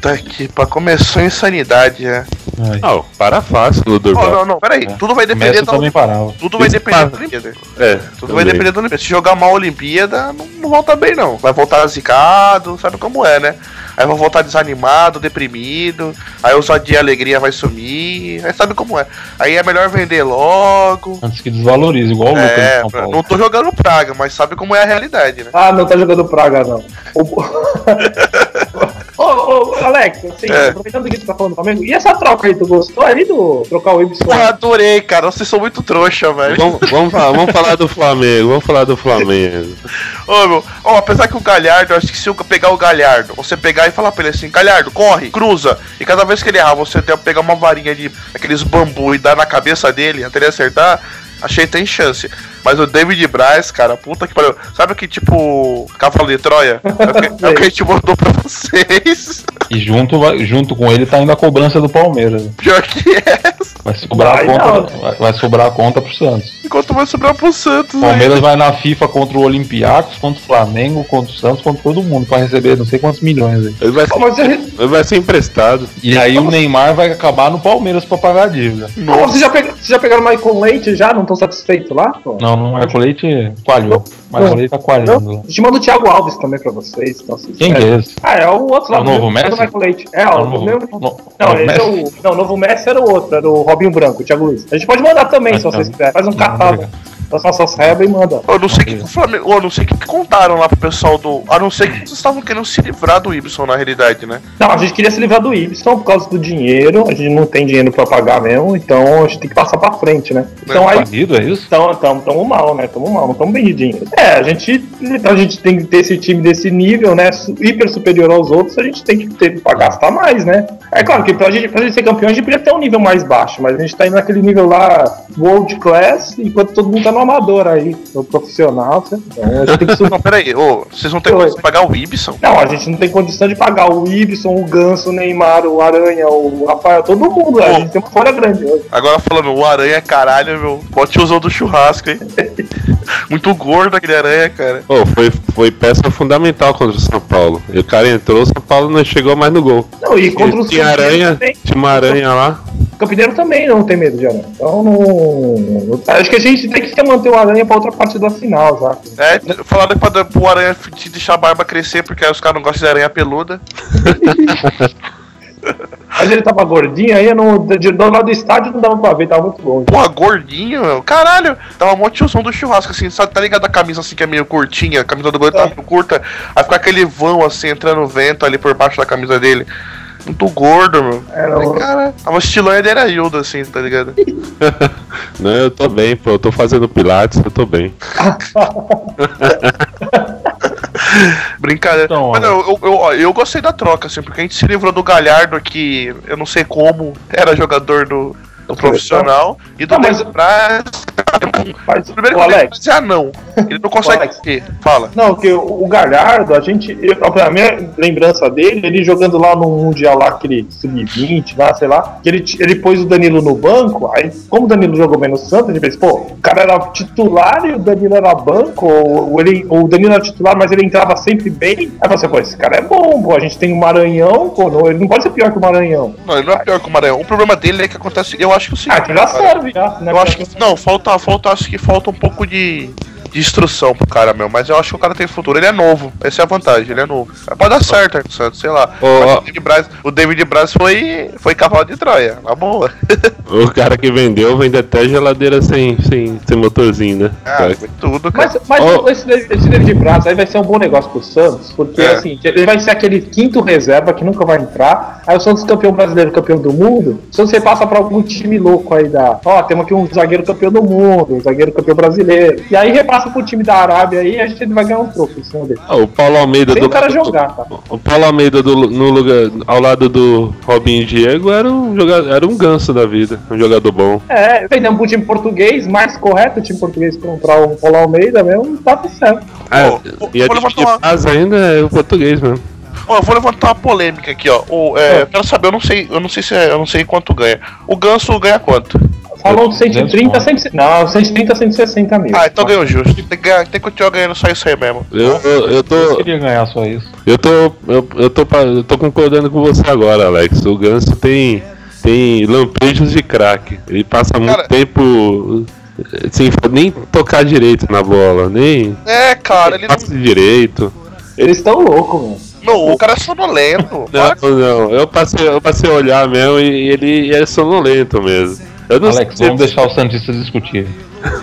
[SPEAKER 2] Tá aqui, pá, começou a insanidade, né?
[SPEAKER 5] Ai.
[SPEAKER 4] Não, para fácil no
[SPEAKER 2] Oh,
[SPEAKER 4] Durval.
[SPEAKER 2] não, não, peraí. Tudo vai
[SPEAKER 5] O
[SPEAKER 2] depender
[SPEAKER 5] Messi
[SPEAKER 2] da.
[SPEAKER 5] também parava.
[SPEAKER 2] Tudo vai
[SPEAKER 4] É. Esse
[SPEAKER 2] depender da
[SPEAKER 4] par-
[SPEAKER 2] Olimpíada.
[SPEAKER 4] É,
[SPEAKER 2] Tudo vai
[SPEAKER 4] também.
[SPEAKER 2] depender da Olimpíada. Se jogar mal a Olimpíada, não, não volta bem, não. Vai voltar zicado, sabe como é, né? Aí vai voltar desanimado, deprimido. Aí o só de alegria vai sumir. Aí sabe como é. Aí é melhor vender logo.
[SPEAKER 5] Antes que desvalorize, igual o Lucas
[SPEAKER 2] É,
[SPEAKER 5] de São Paulo.
[SPEAKER 2] não tô jogando praga, mas sabe como é a realidade, né?
[SPEAKER 6] Ah, não tá jogando praga, não. Ô, ô, ô, Alex, assim,
[SPEAKER 2] É.
[SPEAKER 6] aproveitando que tu tá falando do Flamengo, e essa troca aí, tu gostou aí do trocar o Ibson?
[SPEAKER 2] Porra, adorei, cara. Vocês são muito trouxa, velho.
[SPEAKER 4] Vamos, vamos, falar, vamos falar do Flamengo, vamos falar do Flamengo.
[SPEAKER 2] Ô, meu, ó, apesar que o Galhardo, acho que se eu pegar o Galhardo, você pegar e falar pra ele assim, Galhardo, corre, cruza. E cada vez que ele errar, você até pegar uma varinha de aqueles bambu e dar na cabeça dele até ele acertar, achei que tem chance. Mas o David Braz, cara, puta que pariu. Sabe que tipo cavalo de Troia? É o que, é o que a gente mandou pra vocês.
[SPEAKER 5] E junto, vai- junto com ele tá indo a cobrança do Palmeiras.
[SPEAKER 2] Pior que é.
[SPEAKER 5] Vai sobrar,
[SPEAKER 6] Vai
[SPEAKER 5] a,
[SPEAKER 6] não.
[SPEAKER 5] conta, vai, vai sobrar a conta pro Santos.
[SPEAKER 2] Enquanto vai sobrar pro Santos,
[SPEAKER 5] O
[SPEAKER 2] né?
[SPEAKER 6] é.
[SPEAKER 5] Palmeiras vai na FIFA contra o Olympiacos, contra o Flamengo, contra o Santos, contra todo mundo, pra receber não sei quantos milhões aí.
[SPEAKER 4] Ele vai
[SPEAKER 6] Pô,
[SPEAKER 4] ser,
[SPEAKER 6] mas você,
[SPEAKER 4] ele vai ser emprestado.
[SPEAKER 5] E aí o Neymar vai acabar no Palmeiras pra pagar a dívida.
[SPEAKER 6] ah, mas vocês já, pega- vocês já pegaram o Michael Leite já? Não estão satisfeitos lá? Pô?
[SPEAKER 5] Não, não, é, o Marco Leite falhou. O Marco Leite tá coalhando lá.
[SPEAKER 6] A gente manda o Thiago Alves também pra vocês. Então, vocês
[SPEAKER 5] Quem que é esse?
[SPEAKER 6] Ah, é o outro
[SPEAKER 5] É
[SPEAKER 6] lá
[SPEAKER 5] o novo
[SPEAKER 6] do-
[SPEAKER 5] Messi?
[SPEAKER 6] do Michael Leite. É,
[SPEAKER 5] É
[SPEAKER 6] o
[SPEAKER 5] o novo-
[SPEAKER 6] meu-
[SPEAKER 5] o no-
[SPEAKER 6] Não,
[SPEAKER 5] é o
[SPEAKER 6] esse é o. Não, o novo Messi era o outro, era o Robinho Branco, o Thiago Luiz. A gente pode mandar também,
[SPEAKER 5] Ah,
[SPEAKER 6] se vocês
[SPEAKER 5] não.
[SPEAKER 6] quiserem. Faz um
[SPEAKER 5] Não,
[SPEAKER 6] catálogo
[SPEAKER 5] obrigado.
[SPEAKER 6] das nossas rebas e manda.
[SPEAKER 2] Eu não sei o que que o Flamengo. Eu não sei o que que contaram lá pro pessoal do. A não ser que vocês estavam querendo se livrar do Ibson na realidade, né?
[SPEAKER 6] Não, a gente queria se livrar do Ibson por causa do dinheiro. A gente não tem dinheiro pra pagar mesmo, então a gente tem que passar pra frente, né? Então aí.
[SPEAKER 5] Falido, é isso?
[SPEAKER 6] Então, tamo, tamo mal, né? Tamo mal, não tamo bem de dinheiro. É, a gente, então a gente tem que ter esse time desse nível, né? Su- Hiper superior aos outros, a gente tem que ter pra gastar mais, né? É claro que pra gente, pra gente ser campeão, a gente podia ter um nível mais baixo, mas a gente tá indo naquele nível lá world class, enquanto todo mundo tá no amador aí, no profissional, né? Então a gente tem que subir.
[SPEAKER 2] Não, peraí, ô, vocês não têm
[SPEAKER 6] Oi.
[SPEAKER 2] condição de pagar o Ibson?
[SPEAKER 6] Não, a gente não tem condição de pagar o Ibson, o Ganso, o Neymar, o Aranha, o Rafael, todo mundo. A gente tem uma folha grande hoje.
[SPEAKER 2] Agora falando, o aranha, é caralho, meu. Pode tiozão do churrasco, hein? Muito gordo aquele aranha, cara.
[SPEAKER 4] Pô, foi, foi peça fundamental contra o São Paulo. E o cara entrou, o São Paulo não chegou mais no gol.
[SPEAKER 6] Não, e contra o
[SPEAKER 4] Tinha aranha,
[SPEAKER 6] também.
[SPEAKER 4] tinha uma aranha lá.
[SPEAKER 6] Campineiro também não tem medo de aranha. Então não. Acho que a gente tem que manter o aranha pra outra parte da final já.
[SPEAKER 2] É, falaram pra, pro aranha te deixar a barba crescer, porque aí os caras não gostam de aranha peluda.
[SPEAKER 6] Mas ele tava gordinho aí, não, de, de, do lado do estádio não dava pra ver, tava muito longe.
[SPEAKER 2] Porra, gordinho, meu. Caralho, tava um monte de som do churrasco, assim, sabe, tá ligado a camisa assim que é meio curtinha, a camisa do goleiro tá meio curta, aí fica aquele vão assim, entrando vento ali por baixo da camisa dele. Muito gordo, meu.
[SPEAKER 6] Era
[SPEAKER 2] Falei,
[SPEAKER 6] o-
[SPEAKER 2] cara, tava estilão ele era Hilda, assim, tá ligado?
[SPEAKER 4] Não, eu tô bem, pô. Eu tô fazendo pilates, eu tô bem.
[SPEAKER 2] Brincadeira.
[SPEAKER 5] Então,
[SPEAKER 2] Mas não, eu, eu, ó, eu gostei da troca, assim, porque a gente se livrou do Galhardo, que eu não sei como era jogador do, do profissional, e do
[SPEAKER 6] Não, mas-
[SPEAKER 2] David Braz.
[SPEAKER 6] Mas,
[SPEAKER 2] Primeiro
[SPEAKER 6] o
[SPEAKER 2] que o David
[SPEAKER 6] Alex.
[SPEAKER 2] Braz é anão. Ele não consegue.
[SPEAKER 6] Alex.
[SPEAKER 2] ter. Fala.
[SPEAKER 6] Não, que o o Galhardo, a gente. Eu, a minha lembrança dele, ele jogando lá no Mundial lá, aquele sub-20, lá, sei lá, que ele, t- ele pôs o Danilo no banco, aí, como o Danilo jogou menos Santos, ele fez, pô, o cara era titular e o Danilo era banco, ou, ou ele, ou o Danilo era titular, mas ele entrava sempre bem. Aí eu falei assim, pô, esse cara é bom, pô, a gente tem o Maranhão, pô, não, ele não pode ser pior que o Maranhão.
[SPEAKER 2] Não, ele não é pior que o Maranhão. O problema dele é que acontece. Eu acho que o
[SPEAKER 6] Ah,
[SPEAKER 2] seguinte.
[SPEAKER 6] então já
[SPEAKER 2] cara,
[SPEAKER 6] serve, já. né?
[SPEAKER 2] eu acho que. Não, falta, falta, acho que falta um pouco de. De instrução pro cara, meu, mas eu acho que o cara tem futuro. Ele é novo, essa é a vantagem, ele é novo. Pode dar certo, Arco Santos, sei lá.
[SPEAKER 4] Ô,
[SPEAKER 2] Mas
[SPEAKER 4] ó.
[SPEAKER 2] o David Braz, o David Braz foi, foi cavalo de Troia, na boa.
[SPEAKER 4] O cara que vendeu vende até geladeira sem, sem, sem motorzinho, né?
[SPEAKER 2] Ah, foi tudo, cara.
[SPEAKER 6] Mas, mas
[SPEAKER 4] Ó.
[SPEAKER 6] esse, esse David Braz aí vai ser um bom negócio pro Santos, porque
[SPEAKER 2] É.
[SPEAKER 6] assim, ele vai ser aquele quinto reserva que nunca vai entrar. Aí o Santos campeão brasileiro, campeão do mundo. Se você passa pra algum time louco aí da. Ó, temos aqui um zagueiro campeão do mundo, um zagueiro campeão brasileiro. E aí repassa pro time da Arábia aí e a gente vai ganhar um troco em cima dele.
[SPEAKER 4] Ah, o Paulo Almeida
[SPEAKER 6] Sem
[SPEAKER 4] do
[SPEAKER 6] o cara
[SPEAKER 4] lado-
[SPEAKER 6] jogar, tá?
[SPEAKER 4] O Paulo Almeida do, no lugar, ao lado do Robinho e Diego era um, joga, era um ganso da vida, um jogador bom.
[SPEAKER 6] É, vendemos pro time português, mais correto o time português comprar o Paulo Almeida mesmo, tá certo.
[SPEAKER 4] Ah,
[SPEAKER 2] Pô,
[SPEAKER 4] e a
[SPEAKER 2] vou
[SPEAKER 4] gente
[SPEAKER 2] levantar uma-
[SPEAKER 4] de casa ainda é o português mesmo.
[SPEAKER 2] Ó, eu vou levantar uma polêmica aqui, ó. O,
[SPEAKER 6] Ah.
[SPEAKER 2] é, eu quero saber, eu não sei, eu não sei se é- eu não sei quanto ganha. O Ganso ganha quanto?
[SPEAKER 6] Falam 130,
[SPEAKER 5] 200
[SPEAKER 6] 160. Não, 130, 160 mil.
[SPEAKER 2] Ah, então ganhou justo. Tem que, ganhar, tem que continuar ganhando só isso aí mesmo.
[SPEAKER 4] Eu, eu, eu tô.
[SPEAKER 5] Eu queria ganhar só isso.
[SPEAKER 4] Eu tô. Eu, eu tô, pa- eu tô concordando com você agora, Alex. O ganso tem. tem lampejos de craque. Ele passa muito
[SPEAKER 2] Cara-
[SPEAKER 4] tempo. eh, Sem nem tocar direito na bola, nem
[SPEAKER 2] É, cara, ele não.
[SPEAKER 4] passe direito.
[SPEAKER 6] Eles estão loucos, mano.
[SPEAKER 2] Não, o cara é sonolento.
[SPEAKER 4] Não,
[SPEAKER 2] Para-
[SPEAKER 4] não. Eu passei, eu passei a olhar mesmo e ele é sonolento mesmo. Eu não
[SPEAKER 5] Alex,
[SPEAKER 4] sei
[SPEAKER 5] vamos deixar os Santistas discutirem.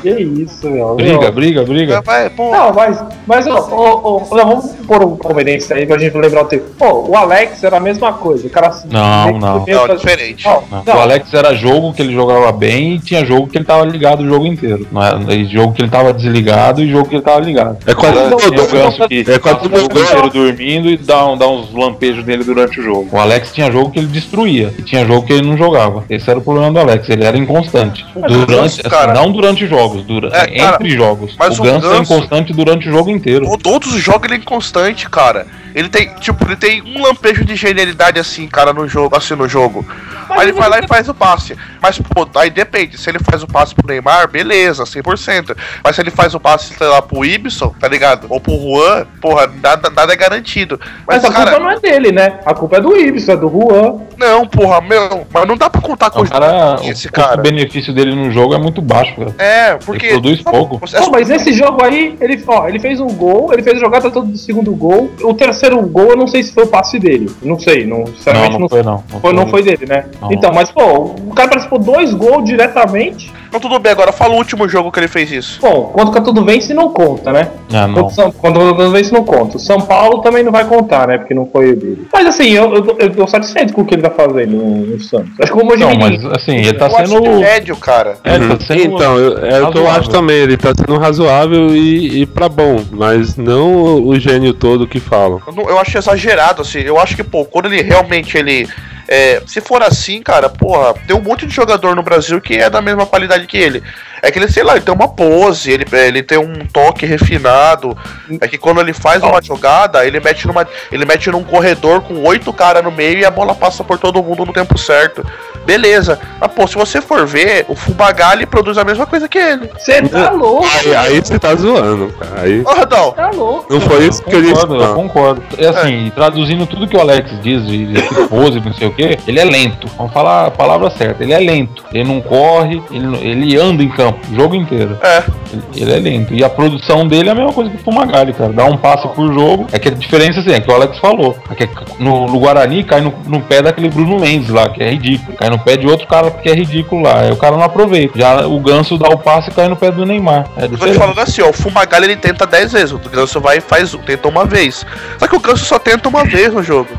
[SPEAKER 6] Que isso, meu.
[SPEAKER 5] Briga,
[SPEAKER 6] meu.
[SPEAKER 5] briga, briga.
[SPEAKER 2] Vai, pô.
[SPEAKER 6] Não, mas, mas ó, ó, ó, não, vamos pôr o palmeirense aí pra gente lembrar o tempo. Pô, o Alex era a mesma coisa. O cara se-
[SPEAKER 5] Não,
[SPEAKER 6] meio que
[SPEAKER 5] não.
[SPEAKER 6] meio
[SPEAKER 2] Não,
[SPEAKER 6] pra-
[SPEAKER 2] diferente.
[SPEAKER 6] Não,
[SPEAKER 5] Não,
[SPEAKER 6] não,
[SPEAKER 5] O Alex era jogo que ele jogava bem e tinha jogo que ele tava ligado o jogo inteiro. Não era, e jogo que ele tava desligado e jogo que ele tava ligado.
[SPEAKER 4] É quase
[SPEAKER 6] Não,
[SPEAKER 5] Tinha o
[SPEAKER 4] todo.
[SPEAKER 5] Ganso que
[SPEAKER 4] É quase
[SPEAKER 5] passa o
[SPEAKER 4] todo
[SPEAKER 5] jogo inteiro dormindo e dá, um- dá uns lampejos dele durante o jogo. O Alex tinha jogo que ele destruía e tinha jogo que ele não jogava. Esse era o problema do Alex, ele era inconstante. Durante, assim,
[SPEAKER 2] cara-
[SPEAKER 5] não durante jogos, dura, assim,
[SPEAKER 2] É, cara,
[SPEAKER 5] entre jogos.
[SPEAKER 2] mas
[SPEAKER 5] o
[SPEAKER 2] o
[SPEAKER 5] Ganso é
[SPEAKER 2] Ganso-
[SPEAKER 5] inconstante durante o jogo inteiro.
[SPEAKER 2] Pô, Todos os jogos ele é inconstante, cara. Ele tem, tipo, ele tem um lampejo de genialidade assim, cara, no jogo, assim no jogo. aí ele vai lá e faz o passe. Mas, pô, aí depende. Se ele faz o passe pro Neymar, beleza, 100%. Mas se ele faz o passe, sei lá, pro Ibson, tá ligado? Ou pro Juan, porra, nada, nada é garantido. Mas,
[SPEAKER 6] Mas a culpa
[SPEAKER 2] cara,
[SPEAKER 6] não é dele, né? A culpa é do Ibis, é do Juan.
[SPEAKER 2] não, porra, meu. Mas não dá pra contar com
[SPEAKER 5] O cara,
[SPEAKER 2] os- esse
[SPEAKER 5] o
[SPEAKER 2] cara.
[SPEAKER 5] benefício dele no jogo é muito baixo, cara.
[SPEAKER 2] É, porque.
[SPEAKER 5] Ele produz pouco.
[SPEAKER 2] Você-
[SPEAKER 6] Pô, mas nesse jogo aí, ele, ó, ele fez um gol, ele fez a jogada toda do segundo gol. O terceiro gol, eu não sei se foi o passe dele. Não sei, não,
[SPEAKER 5] Não,
[SPEAKER 6] sinceramente não,
[SPEAKER 5] não foi não.
[SPEAKER 6] foi, não foi dele, né?
[SPEAKER 5] Não.
[SPEAKER 6] Então, mas pô, o cara participou dois gols diretamente.
[SPEAKER 2] Não, tudo bem, agora fala o último jogo que ele fez isso.
[SPEAKER 6] Bom, quando o tudo vence, não conta, né?
[SPEAKER 5] Ah, não.
[SPEAKER 6] Quando, São, quando o Rodolfo vence, não conta. O São Paulo também não vai contar, né? Porque não foi o dele. Mas assim, eu, eu, tô- eu tô satisfeito com o que ele tá fazendo no, no Santos. Acho que o Mogi
[SPEAKER 5] Não,
[SPEAKER 6] Mirim-
[SPEAKER 5] mas assim, ele tá
[SPEAKER 2] Eu acho
[SPEAKER 5] sendo.
[SPEAKER 2] de médio, cara.
[SPEAKER 5] É,
[SPEAKER 4] Uhum.
[SPEAKER 5] tá sendo
[SPEAKER 4] então, eu- é o que eu
[SPEAKER 5] razoável.
[SPEAKER 4] acho também, ele tá sendo razoável e, e pra bom, mas não o, o gênio todo que falam.
[SPEAKER 2] Eu, não- eu acho exagerado, assim. Eu acho que, pô, quando ele realmente ele. é, se for assim, cara, porra, tem um monte de jogador no Brasil que é da mesma qualidade que ele. É que ele, sei lá, ele tem uma pose, ele, ele tem um toque refinado. É que quando ele faz uma jogada, ele mete, numa, ele mete num corredor com oito caras no meio e a bola passa por todo mundo no tempo certo. Beleza. Mas, pô, se você for ver, o Fubagalli produz a mesma coisa que ele.
[SPEAKER 6] Você tá louco,
[SPEAKER 4] Aí, aí você tá zoando, cara. Aí,
[SPEAKER 2] Ô, Radão,
[SPEAKER 6] tá louco.
[SPEAKER 4] não foi isso que eu disse.
[SPEAKER 5] Concordo, eu
[SPEAKER 4] Não.
[SPEAKER 5] concordo. É assim, traduzindo tudo que o Alex diz de, de que pose, não sei o que, ele é lento. Vamos falar a palavra certa. Ele é lento. Ele não corre, ele, não- ele anda em campo, o jogo inteiro.
[SPEAKER 2] É.
[SPEAKER 5] Ele, ele é lento. E a produção dele é a mesma coisa que o Fumagalli, cara. Dá um passe por jogo. É que a diferença assim, é que o Alex falou. É que no, no Guarani cai no, no pé daquele Bruno Mendes lá, que é ridículo. Cai no pé de outro cara que é ridículo lá. Aí o cara não aproveita. Já o Ganso dá o passe e cai no pé do Neymar.
[SPEAKER 2] eu
[SPEAKER 5] É
[SPEAKER 2] tô te
[SPEAKER 5] diferente.
[SPEAKER 2] falando assim, ó, o Fumagalli ele tenta dez vezes, o Ganso vai e faz, tenta uma vez. Só que o Ganso só tenta uma vez no jogo.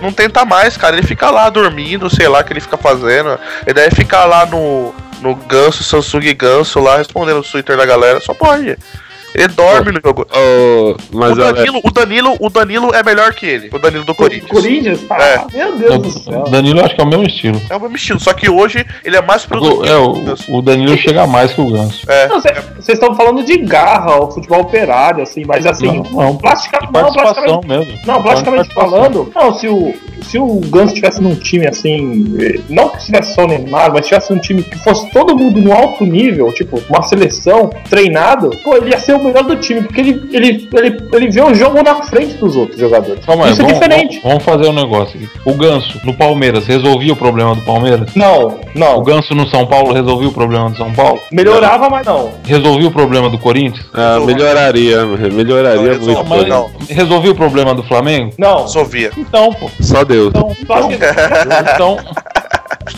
[SPEAKER 2] Não tenta mais, cara. Ele fica lá dormindo, sei lá o que ele fica fazendo. Ele deve ficar lá no, no Ganso, Samsung Ganso lá, respondendo o Twitter da galera. Só pode. Ele dorme no jogo.
[SPEAKER 4] Ô,
[SPEAKER 2] O
[SPEAKER 4] mas ah, Alex,
[SPEAKER 2] Danilo, o, Danilo, o Danilo é melhor que ele. O Danilo do Corinthians.
[SPEAKER 6] Corinthians? tá?
[SPEAKER 2] É.
[SPEAKER 6] Meu Deus do céu.
[SPEAKER 5] O Danilo eu acho que é o mesmo estilo.
[SPEAKER 2] É o mesmo estilo, só que hoje ele é mais produtivo.
[SPEAKER 5] O- é, o, o Danilo chega mais que o Ganso.
[SPEAKER 2] É.
[SPEAKER 6] Não, cê- Vocês estão falando de garra, o futebol operário, assim, mas assim,
[SPEAKER 5] Não, não.
[SPEAKER 6] plastica-
[SPEAKER 5] De
[SPEAKER 6] não,
[SPEAKER 5] participação
[SPEAKER 6] plasticamente.
[SPEAKER 5] mesmo.
[SPEAKER 6] Não, praticamente
[SPEAKER 5] Participação.
[SPEAKER 6] falando, não, se o, se o Ganso tivesse num time assim, eh, não que tivesse só o Neymar, mas tivesse um time que fosse todo mundo no alto nível, tipo, uma seleção, treinado, pô, ele ia ser o melhor do time, porque ele, ele, ele, ele vê o jogo na frente dos outros jogadores.
[SPEAKER 5] Calma aí,
[SPEAKER 6] Isso é
[SPEAKER 5] vamos,
[SPEAKER 6] diferente.
[SPEAKER 5] vamos- vamos fazer um negócio aqui. O Ganso no Palmeiras resolvia o problema do Palmeiras?
[SPEAKER 6] Não,
[SPEAKER 5] O
[SPEAKER 6] não.
[SPEAKER 5] Ganso no São Paulo resolvia o problema do São Paulo?
[SPEAKER 6] Melhorava, mas não.
[SPEAKER 5] Resolvia o problema do Corinthians?
[SPEAKER 4] ah, melhoraria, melhoraria
[SPEAKER 2] Não,
[SPEAKER 4] muito.
[SPEAKER 2] resolve,
[SPEAKER 4] coisa.
[SPEAKER 2] não.
[SPEAKER 5] Resolvia o problema do Flamengo?
[SPEAKER 6] Não.
[SPEAKER 2] Resolvia.
[SPEAKER 5] Então, pô.
[SPEAKER 4] Só Deus.
[SPEAKER 5] Então,
[SPEAKER 6] Acho que-
[SPEAKER 5] então.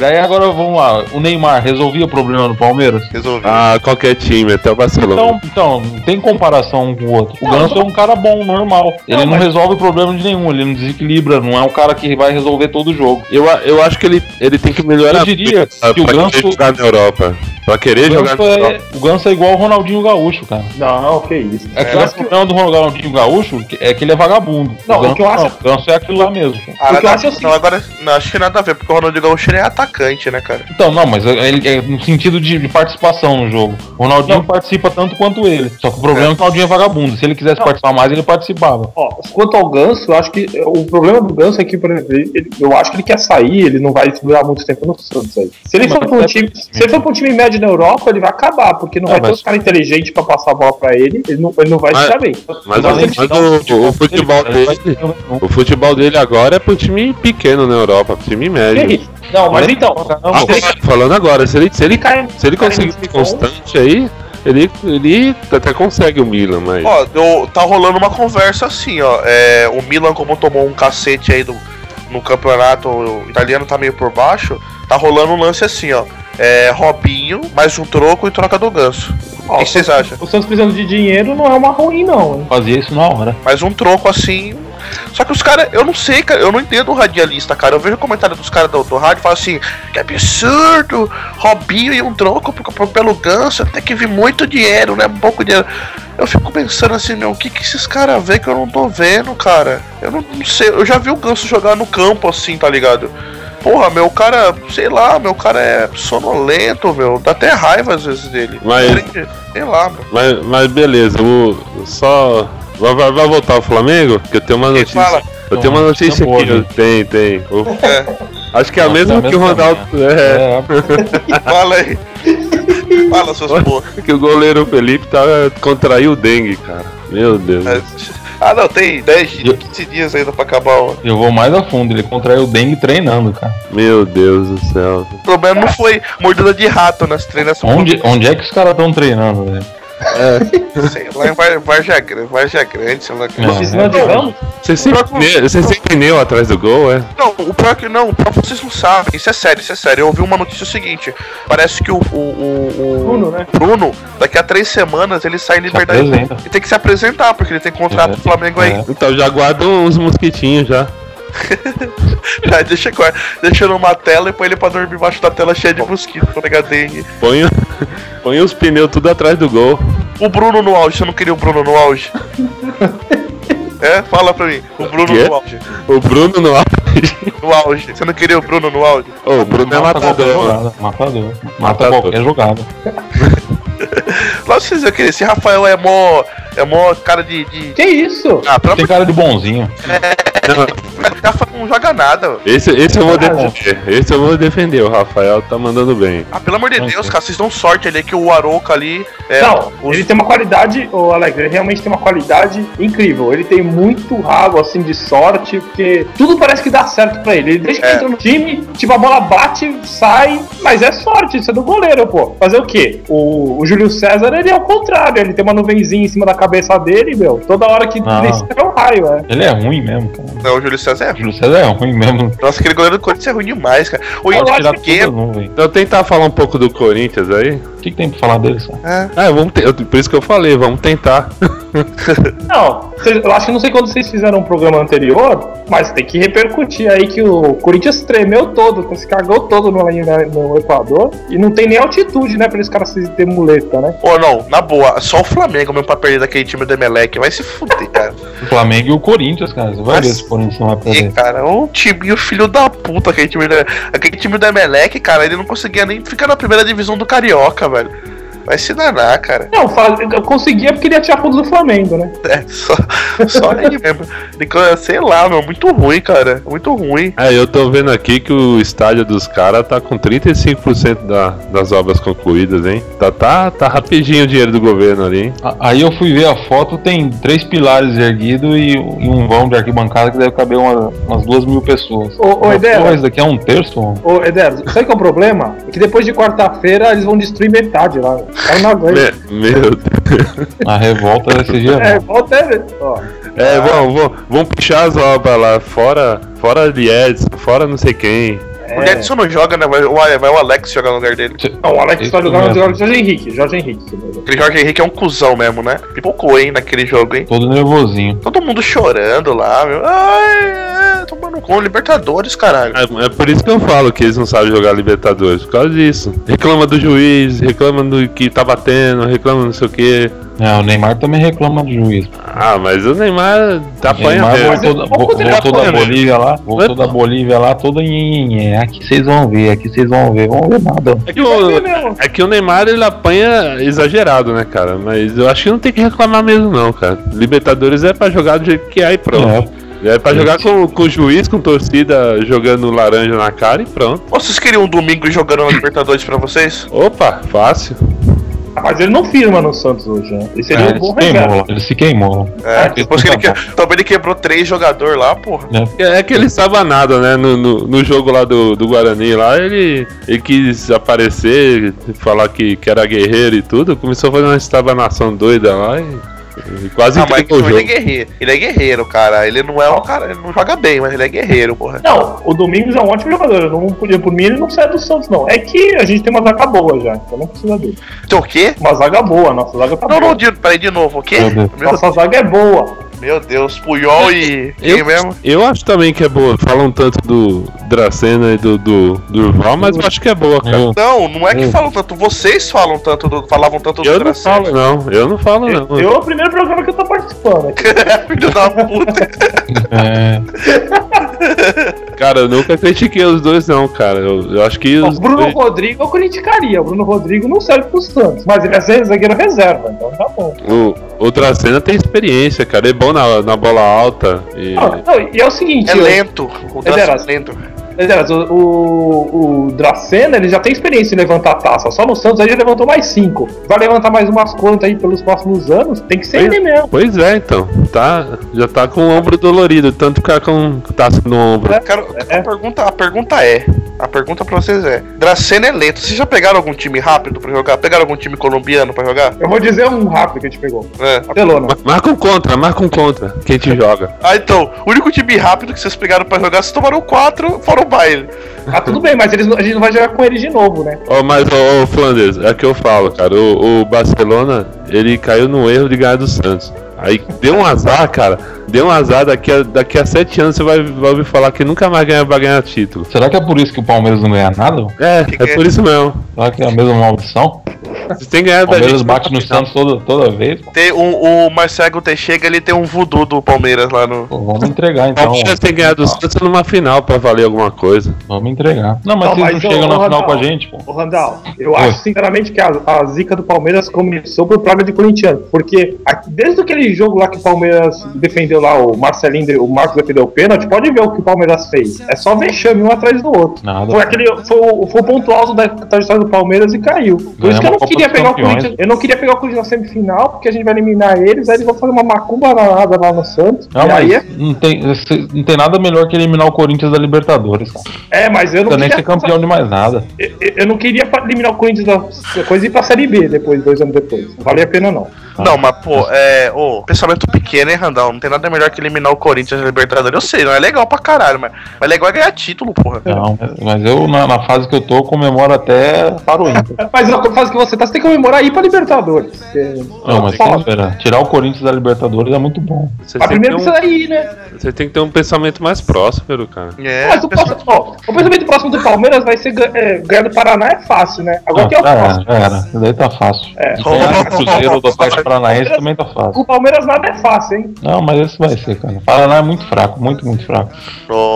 [SPEAKER 5] Daí agora vamos lá. O Neymar resolvia o problema do Palmeiras?
[SPEAKER 2] Resolvia.
[SPEAKER 4] Ah, qualquer time, até o Barcelona.
[SPEAKER 5] Então, então, não tem comparação um com o outro. O
[SPEAKER 6] Não,
[SPEAKER 5] Ganso
[SPEAKER 6] tô-
[SPEAKER 5] é um cara bom, normal. Ele não
[SPEAKER 6] mas-
[SPEAKER 5] resolve o problema de nenhum, ele não desequilibra, não é um cara que vai resolver todo o jogo.
[SPEAKER 4] Eu, a- eu acho que ele, ele tem que melhorar
[SPEAKER 5] Eu diria
[SPEAKER 4] muito, sabe,
[SPEAKER 5] que o
[SPEAKER 4] pra
[SPEAKER 5] Ganso-
[SPEAKER 4] querer jogar na Europa. Pra
[SPEAKER 5] O
[SPEAKER 4] querer jogar
[SPEAKER 5] Ganso,
[SPEAKER 4] na Europa.
[SPEAKER 5] é, o Ganso é igual o Ronaldinho Gaúcho, cara.
[SPEAKER 6] Não, que isso.
[SPEAKER 5] É que o problema do Ronaldinho Gaúcho é que ele é vagabundo.
[SPEAKER 6] Não,
[SPEAKER 5] o Ganso,
[SPEAKER 6] o que eu acho-
[SPEAKER 5] não, o Ganso é aquilo lá mesmo.
[SPEAKER 2] Ah,
[SPEAKER 6] o que eu
[SPEAKER 2] nada-
[SPEAKER 6] acho é o seguinte.
[SPEAKER 2] não, agora. Não, acho que nada a ver, porque o Ronaldinho Gaúcho ele é atacante, né, cara?
[SPEAKER 5] Então, não, mas ele é no sentido de, de participação no jogo. O Ronaldinho participa tanto quanto ele. Só que o problema é, que o Ronaldinho é vagabundo. Se ele quisesse participar mais, ele participava.
[SPEAKER 6] Ó, quanto ao Ganso, eu acho que eh, o problema do Ganso é que, por exemplo, ele- ele- eu acho que ele quer sair, ele não vai durar muito tempo no Santos aí. Se ele
[SPEAKER 5] Mas
[SPEAKER 6] for pra um
[SPEAKER 5] é
[SPEAKER 6] time,
[SPEAKER 5] possível.
[SPEAKER 6] se ele for pra um time médio na Europa, ele vai acabar, porque não
[SPEAKER 5] É,
[SPEAKER 6] vai ter
[SPEAKER 5] mas- Ah,
[SPEAKER 6] os caras inteligentes pra passar a bola pra ele, ele não, ele não vai
[SPEAKER 4] Mas-
[SPEAKER 6] se dar bem.
[SPEAKER 4] Mas,
[SPEAKER 5] Não,
[SPEAKER 4] além
[SPEAKER 5] ele-
[SPEAKER 4] mas o, o futebol
[SPEAKER 5] Ele vai-
[SPEAKER 4] dele. O futebol dele agora é pro time pequeno na Europa, pro time médio.
[SPEAKER 6] Ele- Não, mas então,
[SPEAKER 5] Caramba,
[SPEAKER 6] se ele-
[SPEAKER 4] Agora, falando agora, se ele, se ele,
[SPEAKER 6] Cara,
[SPEAKER 4] se ele
[SPEAKER 6] cara,
[SPEAKER 4] conseguir
[SPEAKER 6] ele-
[SPEAKER 4] ser constante aí, ele, ele até consegue o Milan, mas.
[SPEAKER 2] Ó, eu- tá rolando uma conversa assim, ó. É, o Milan, como tomou um cacete aí do, no campeonato italiano, tá meio por baixo. Tá rolando um lance assim, ó. É, Robinho, mais um troco e troca do ganso. O que vocês acham?
[SPEAKER 6] o Santos precisando de dinheiro não é uma ruim,
[SPEAKER 4] Ah.
[SPEAKER 6] não. hein?
[SPEAKER 5] fazia isso na hora.
[SPEAKER 2] Mais um troco assim. Só que os caras, eu não sei, cara, eu não entendo o radialista, cara. Eu vejo o comentário dos caras do, do rádio e falo assim: que absurdo! Robinho e um troco pro- pro- pelo ganso, tem que vir muito dinheiro, né? Pouco dinheiro. Eu fico pensando assim, meu, o que, que esses caras vê que eu não tô vendo, cara? Eu não, não sei, eu já vi o ganso jogar no campo assim, tá ligado? Porra, meu cara, sei lá, meu cara é sonolento, meu. Dá até raiva às vezes dele.
[SPEAKER 4] Mas-
[SPEAKER 2] Sei lá, meu.
[SPEAKER 4] Mas, mas beleza, o, só. Vai, vai- vai voltar o Flamengo? Que eu tenho uma notícia.
[SPEAKER 2] fala.
[SPEAKER 4] Eu tenho uma
[SPEAKER 5] Não,
[SPEAKER 4] notícia
[SPEAKER 5] tá boa,
[SPEAKER 4] aqui. eu-
[SPEAKER 5] né?
[SPEAKER 4] Tem, tem. O- Acho que é a
[SPEAKER 5] Não,
[SPEAKER 4] mesma
[SPEAKER 5] tá
[SPEAKER 4] que o
[SPEAKER 5] mesmo
[SPEAKER 4] Ronaldo. É,
[SPEAKER 2] Fala aí. Fala suas porra.
[SPEAKER 5] É.
[SPEAKER 4] que o goleiro Felipe tá, contraiu o dengue, cara. Meu Deus.
[SPEAKER 5] É.
[SPEAKER 2] Ah, não, tem 10, 15 dias ainda pra acabar. O
[SPEAKER 5] Eu vou mais a fundo, ele contraiu o dengue treinando, cara.
[SPEAKER 4] Meu Deus do céu.
[SPEAKER 2] problema não foi mordida de rato nas treinas.
[SPEAKER 5] Onde, onde é que os caras estão treinando, velho?
[SPEAKER 2] Sei lá, em Var- Varja Grande, Varja Grande, sei lá. que-
[SPEAKER 5] Não, é,
[SPEAKER 6] Vocês não adivinham?
[SPEAKER 4] Você sempre, pneu- você sempre pneu atrás do gol, é?
[SPEAKER 2] Não, o pior que não, o pior que vocês não sabem. Isso é sério, isso é sério. Eu ouvi uma notícia seguinte: parece que o, o, o, o
[SPEAKER 6] Bruno, né?
[SPEAKER 2] Bruno, daqui a três semanas, ele sai em liberdade.
[SPEAKER 5] apresenta.
[SPEAKER 2] Ele tem que se apresentar, porque ele tem contrato
[SPEAKER 5] É,
[SPEAKER 2] do Flamengo aí.
[SPEAKER 5] é.
[SPEAKER 4] Então já guarda uns mosquitinhos já.
[SPEAKER 2] Já deixa, co- deixa numa tela e põe ele pra dormir embaixo da tela cheia de mosquito, tá pra pegar dengue.
[SPEAKER 4] Põe, o- põe os pneus tudo atrás do gol.
[SPEAKER 2] O Bruno no auge, você não queria o Bruno no auge? É, fala pra mim. O Bruno
[SPEAKER 4] Quê?
[SPEAKER 2] no auge.
[SPEAKER 4] O Bruno no auge.
[SPEAKER 2] No auge. Você não queria o Bruno no auge?
[SPEAKER 4] Ô, o Bruno é
[SPEAKER 5] Mata qualquer
[SPEAKER 4] matador.
[SPEAKER 5] jogada. Matador. Mata
[SPEAKER 4] Matador.
[SPEAKER 5] qualquer jogada.
[SPEAKER 2] Lógico que vocês iam querer. Esse Rafael é mó. É mó cara de. de...
[SPEAKER 6] Que isso?
[SPEAKER 2] Ah, pelo
[SPEAKER 5] Tem
[SPEAKER 2] amor
[SPEAKER 5] cara de bonzinho.
[SPEAKER 2] de Deus, Rafael não joga nada. velho.
[SPEAKER 4] Esse, esse eu vou
[SPEAKER 5] Cara.
[SPEAKER 4] defender. Esse eu vou defender. O Rafael tá mandando bem.
[SPEAKER 2] Ah, pelo amor de
[SPEAKER 5] Não,
[SPEAKER 2] Deus,
[SPEAKER 5] sim.
[SPEAKER 2] cara, vocês dão sorte ali que o Arouca ali. É,
[SPEAKER 6] Não,
[SPEAKER 2] o-
[SPEAKER 6] ele tem uma qualidade, o Alex, ele realmente tem uma qualidade incrível. Ele tem muito rabo, assim, de sorte, porque tudo parece que dá certo pra ele. Ele desde que
[SPEAKER 2] É.
[SPEAKER 6] entra no time, tipo, a bola bate, sai, mas é sorte, isso é do goleiro, pô. Fazer o quê? O, o Júlio César, ele é o contrário, ele tem uma nuvenzinha em cima da cabeça dele, meu. Toda hora que
[SPEAKER 5] Ah.
[SPEAKER 6] desce é um raio, é.
[SPEAKER 5] Ele é ruim mesmo, cara.
[SPEAKER 2] Não, o Júlio César é.
[SPEAKER 5] O Júlio César é ruim mesmo.
[SPEAKER 2] Nossa, aquele goleiro do Corinthians é ruim demais, cara. O
[SPEAKER 5] Pode tirar
[SPEAKER 2] Índio que.
[SPEAKER 5] todo mundo, velho.
[SPEAKER 4] Então tentar falar um pouco do Corinthians aí.
[SPEAKER 5] O que, que tem pra falar dele, só?
[SPEAKER 2] é.
[SPEAKER 4] Ah, vamos te- eu- por isso que eu falei, vamos tentar.
[SPEAKER 6] Não, cês- eu acho que não sei quando vocês fizeram um programa anterior, mas tem que repercutir aí que o Corinthians tremeu todo, se cagou todo no, na- no Equador e não tem nem altitude, né, pra esses caras se ter muleta, né?
[SPEAKER 2] Ô, não, na boa, só o Flamengo mesmo pra perder daquele time do Emelec. Vai se fuder, cara.
[SPEAKER 5] O Flamengo e o Corinthians, cara. Você vai
[SPEAKER 2] Nossa.
[SPEAKER 5] ver se o Corinthians não vai
[SPEAKER 4] é
[SPEAKER 2] E,
[SPEAKER 5] perder.
[SPEAKER 2] cara, o time, o filho da puta, aquele time, do, aquele time do Emelec, cara, ele não conseguia nem ficar na primeira divisão do Carioca, velho. Vai se danar, cara.
[SPEAKER 6] Não, fa- eu conseguia porque ele ia tirar pontos do Flamengo, né?
[SPEAKER 2] É, só, só ele mesmo. Ele- Sei lá, meu, muito ruim, cara. Muito ruim.
[SPEAKER 4] É, eu tô vendo aqui que o estádio dos caras tá com 35% da- das obras concluídas, hein? Tá, tá, tá rapidinho o dinheiro do governo ali, hein?
[SPEAKER 5] A- Aí eu fui ver a foto, tem três pilares erguidos e, e um vão de arquibancada que deve caber uma- umas duas mil pessoas.
[SPEAKER 6] Ô, ô
[SPEAKER 5] Mas, porra,
[SPEAKER 6] Eder,
[SPEAKER 5] isso daqui é um terço, mano.
[SPEAKER 6] ô Eder, sabe qual é o problema? É que depois de quarta-feira eles vão destruir metade lá. O cara não aguenta.
[SPEAKER 4] Me- Meu Deus.
[SPEAKER 5] A revolta né? vai ser geral.
[SPEAKER 6] É, volta é. ó.
[SPEAKER 4] É, vão, vão, vão puxar as obras lá, fora, fora de Edson, fora não sei quem.
[SPEAKER 2] O
[SPEAKER 6] É.
[SPEAKER 2] Edson não joga, né? Vai, vai vai o Alex jogar no lugar dele.
[SPEAKER 6] Não, o Alex
[SPEAKER 5] Isso
[SPEAKER 6] vai jogar no
[SPEAKER 5] mesmo.
[SPEAKER 6] lugar do Jorge Henrique. Jorge Henrique. né? entendeu?
[SPEAKER 2] Aquele Jorge Henrique é um cuzão mesmo, né? Pipocou, hein, naquele jogo, hein?
[SPEAKER 5] Todo nervosinho.
[SPEAKER 2] Todo mundo chorando lá, meu. Ai, é, tomando com Libertadores, caralho.
[SPEAKER 4] É, é por isso que eu falo que eles não sabem jogar Libertadores, por causa disso. Reclama do juiz, reclama do que tá batendo, reclama não sei o quê.
[SPEAKER 5] É, o Neymar também reclama do juiz.
[SPEAKER 4] Ah, mas o Neymar tá
[SPEAKER 5] O Neymar
[SPEAKER 4] apanha mesmo.
[SPEAKER 5] voltou, da, vo-
[SPEAKER 6] é um Pouco dele
[SPEAKER 5] voltou da
[SPEAKER 4] apanha, né?
[SPEAKER 5] Bolívia lá, voltou
[SPEAKER 4] Vai-
[SPEAKER 5] da Bolívia lá, todo nhenhenhen. Aqui vocês vão ver, aqui vocês vão ver, vão ver nada.
[SPEAKER 4] É que, o, é que o Neymar ele apanha exagerado, né, cara? Mas eu acho que não tem que reclamar mesmo, não, cara. Libertadores é pra jogar do jeito que é e pronto.
[SPEAKER 5] É.
[SPEAKER 4] É, pra jogar com, com o juiz, com torcida jogando laranja na cara e pronto.
[SPEAKER 2] Ou vocês queriam um domingo jogando na Libertadores pra vocês?
[SPEAKER 4] Opa, fácil.
[SPEAKER 6] Mas ele não firma no Santos hoje, né? Ele seria
[SPEAKER 5] É,
[SPEAKER 6] um bom
[SPEAKER 5] ele se
[SPEAKER 6] regalo.
[SPEAKER 5] queimou, ele se queimou.
[SPEAKER 2] É, depois que ele,
[SPEAKER 5] tá
[SPEAKER 2] que... Também ele quebrou três jogadores lá, porra.
[SPEAKER 4] É é que ele estava nada, né? No, no, no jogo lá do, do Guarani, lá ele, ele quis aparecer, falar que, que era guerreiro e tudo. Começou a fazer uma estabanação doida lá e, e quase
[SPEAKER 2] Ah, mas
[SPEAKER 4] entregou o
[SPEAKER 2] ele é
[SPEAKER 4] jogo.
[SPEAKER 2] guerreiro. Ele é guerreiro, cara. Ele não é um cara. Ele não joga bem, mas ele é guerreiro, porra.
[SPEAKER 6] Não, o Domingos é um ótimo jogador. Eu não podia, por mim, ele não sai do Santos, não. É que a gente tem uma zaga boa já, então não precisa dele.
[SPEAKER 2] Tem o quê?
[SPEAKER 6] Uma zaga boa, nossa zaga tá
[SPEAKER 2] Não,
[SPEAKER 6] boa.
[SPEAKER 2] não, de... peraí de novo, o quê?
[SPEAKER 5] Meu Deus.
[SPEAKER 2] Meu,
[SPEAKER 6] Nossa zaga é boa.
[SPEAKER 2] meu Deus, Puyol e. Quem
[SPEAKER 4] Eu,
[SPEAKER 2] mesmo?
[SPEAKER 4] eu acho também que é boa. Falam tanto do Dracena e do, do, do Durval, mas eu acho que é boa, cara.
[SPEAKER 5] Eu-
[SPEAKER 2] Não, não é que
[SPEAKER 5] Hum.
[SPEAKER 2] falam tanto. Vocês falam tanto do- falavam tanto
[SPEAKER 4] Eu não
[SPEAKER 2] Dracena.
[SPEAKER 4] falo, não. Eu não falo, não.
[SPEAKER 6] Eu é o primeiro programa que eu tô participando. aqui.
[SPEAKER 2] Filho da puta.
[SPEAKER 5] é,
[SPEAKER 4] Cara, eu nunca critiquei os dois, não, cara. Eu, eu acho que
[SPEAKER 6] O
[SPEAKER 4] os
[SPEAKER 6] Bruno
[SPEAKER 4] dois-
[SPEAKER 6] Rodrigo eu criticaria. O Bruno Rodrigo não serve pro Santos, mas ele é ser zagueiro reserva, então tá bom.
[SPEAKER 4] o, o Dracena tem experiência, cara. Ele é bom na, na bola alta. E...
[SPEAKER 2] Ah,
[SPEAKER 6] Não, não, e é o seguinte,
[SPEAKER 2] É
[SPEAKER 6] eu-
[SPEAKER 2] lento. O Dracena é lento.
[SPEAKER 6] Aliás, o, o, o Dracena ele já tem experiência em levantar taça. Só no Santos aí já levantou mais cinco. Vai levantar mais umas quantas aí pelos próximos anos? Tem que ser ele mesmo.
[SPEAKER 4] Pois é, então. Tá, já tá com o ombro dolorido, tanto ficar com taça no tá um ombro.
[SPEAKER 2] Cara, a, pergunta, a pergunta é. A pergunta pra vocês é: Dracena é lento. Vocês já pegaram algum time rápido pra jogar? Pegaram algum time colombiano pra jogar?
[SPEAKER 6] Eu vou dizer um rápido que a gente pegou.
[SPEAKER 2] É.
[SPEAKER 6] Barcelona.
[SPEAKER 4] Ma- Marca um contra, marca um contra. Quem te joga?
[SPEAKER 2] Ah, então, o único time rápido que vocês pegaram pra jogar, vocês tomaram quatro, fora o baile.
[SPEAKER 6] Ah, tudo bem, mas eles, não- a gente não vai jogar com ele de novo, né?
[SPEAKER 4] Ó, mas, ô, ô, Flanders, é que eu falo, cara. O, o Barcelona, ele caiu no erro de ganhar do Santos. Aí deu um azar, cara. Deu um azar, daqui a, daqui a sete anos você vai, vai ouvir falar que nunca mais ganha, vai ganhar título.
[SPEAKER 5] será que é por isso que o Palmeiras não ganha nada?
[SPEAKER 4] É,
[SPEAKER 2] Que que
[SPEAKER 4] é
[SPEAKER 2] é?
[SPEAKER 4] por isso mesmo.
[SPEAKER 5] Será que é a mesma maldição?
[SPEAKER 4] Vocês têm ganhado da
[SPEAKER 5] Palmeiras
[SPEAKER 4] gente.
[SPEAKER 5] bate no Santos toda, toda vez. pô.
[SPEAKER 2] Tem um, o Marcelo Teixeira, ele tem um voodoo do Palmeiras lá no.
[SPEAKER 5] Pô, vamos entregar
[SPEAKER 4] O
[SPEAKER 5] então.
[SPEAKER 4] Palmeiras tem ganhado do Santos numa final pra valer alguma coisa.
[SPEAKER 5] Vamos entregar. Não, mas
[SPEAKER 6] Não,
[SPEAKER 5] vocês não
[SPEAKER 6] mas eu-
[SPEAKER 5] chegam na
[SPEAKER 6] eu-
[SPEAKER 5] final com a
[SPEAKER 6] não.
[SPEAKER 5] gente, pô.
[SPEAKER 6] Ô, Randall, eu acho sinceramente que a, a zica do Palmeiras começou por praga de corintiano. Porque a- desde aquele jogo lá que o Palmeiras defendeu lá, o Marcelinho, de- o Marcos defendeu o pênalti, pode ver o que o Palmeiras fez. É só vexame um atrás do outro.
[SPEAKER 5] Nada.
[SPEAKER 6] Foi, aquele, foi, o- foi o ponto alto da trajetória do Palmeiras e caiu. Por isso
[SPEAKER 5] Ganhamos
[SPEAKER 6] que eu
[SPEAKER 5] a
[SPEAKER 6] não
[SPEAKER 5] Copa
[SPEAKER 6] queria
[SPEAKER 5] dos
[SPEAKER 6] pegar o
[SPEAKER 5] Campeões.
[SPEAKER 6] Corinthians. Eu não queria pegar o Corinthians na semifinal, porque a gente vai eliminar eles, aí eles vão fazer uma macumba danada lá no Santos.
[SPEAKER 5] Não,
[SPEAKER 6] e aí é?
[SPEAKER 5] mas não tem, esse- não tem nada melhor que eliminar o Corinthians da Libertadores. cara. Não
[SPEAKER 6] é, mas eu não
[SPEAKER 5] precisa nem ser
[SPEAKER 6] queria.
[SPEAKER 5] campeão de mais nada.
[SPEAKER 6] Eu, eu não queria pa- eliminar o Corinthians da coisa e ir pra Série B depois, dois anos depois. Não valia a pena, não.
[SPEAKER 5] Ah.
[SPEAKER 2] Não, mas pô, é. Ô, pensamento pequeno, hein, Randall? Não tem nada melhor que eliminar o Corinthians na Libertadores. Eu sei, não é legal pra caralho, mas, mas legal é ganhar título, porra.
[SPEAKER 5] Não, mas eu, na, na fase que eu tô, eu comemoro até para o Inter.
[SPEAKER 6] Mas na fase que você tá, você tem que comemorar aí pra Libertadores. Porque
[SPEAKER 5] Não, mas tem que esperar. Tirar o Corinthians da Libertadores é muito bom.
[SPEAKER 4] Vocês
[SPEAKER 6] a
[SPEAKER 4] têm, que
[SPEAKER 6] primeira
[SPEAKER 4] ter
[SPEAKER 6] precisa
[SPEAKER 4] um,
[SPEAKER 6] ir, né?
[SPEAKER 4] vocês têm que ter um pensamento mais próspero, cara.
[SPEAKER 2] É,
[SPEAKER 6] Mas o,
[SPEAKER 2] pessoal-
[SPEAKER 6] próximo, ó, o pensamento próximo do Palmeiras vai ser gan- é, ganhar do Paraná é fácil, né? Agora
[SPEAKER 5] Ah,
[SPEAKER 6] que é o
[SPEAKER 5] já
[SPEAKER 6] próximo.
[SPEAKER 5] era, já era. Isso daí tá fácil.
[SPEAKER 6] É.
[SPEAKER 5] E ganhar do Cruzeiro do Atlético Paranaense também tá
[SPEAKER 6] Com
[SPEAKER 5] fácil.
[SPEAKER 6] o Palmeiras nada é fácil, hein?
[SPEAKER 5] Não, mas esse vai ser, cara. O Paraná é muito fraco, muito, muito fraco.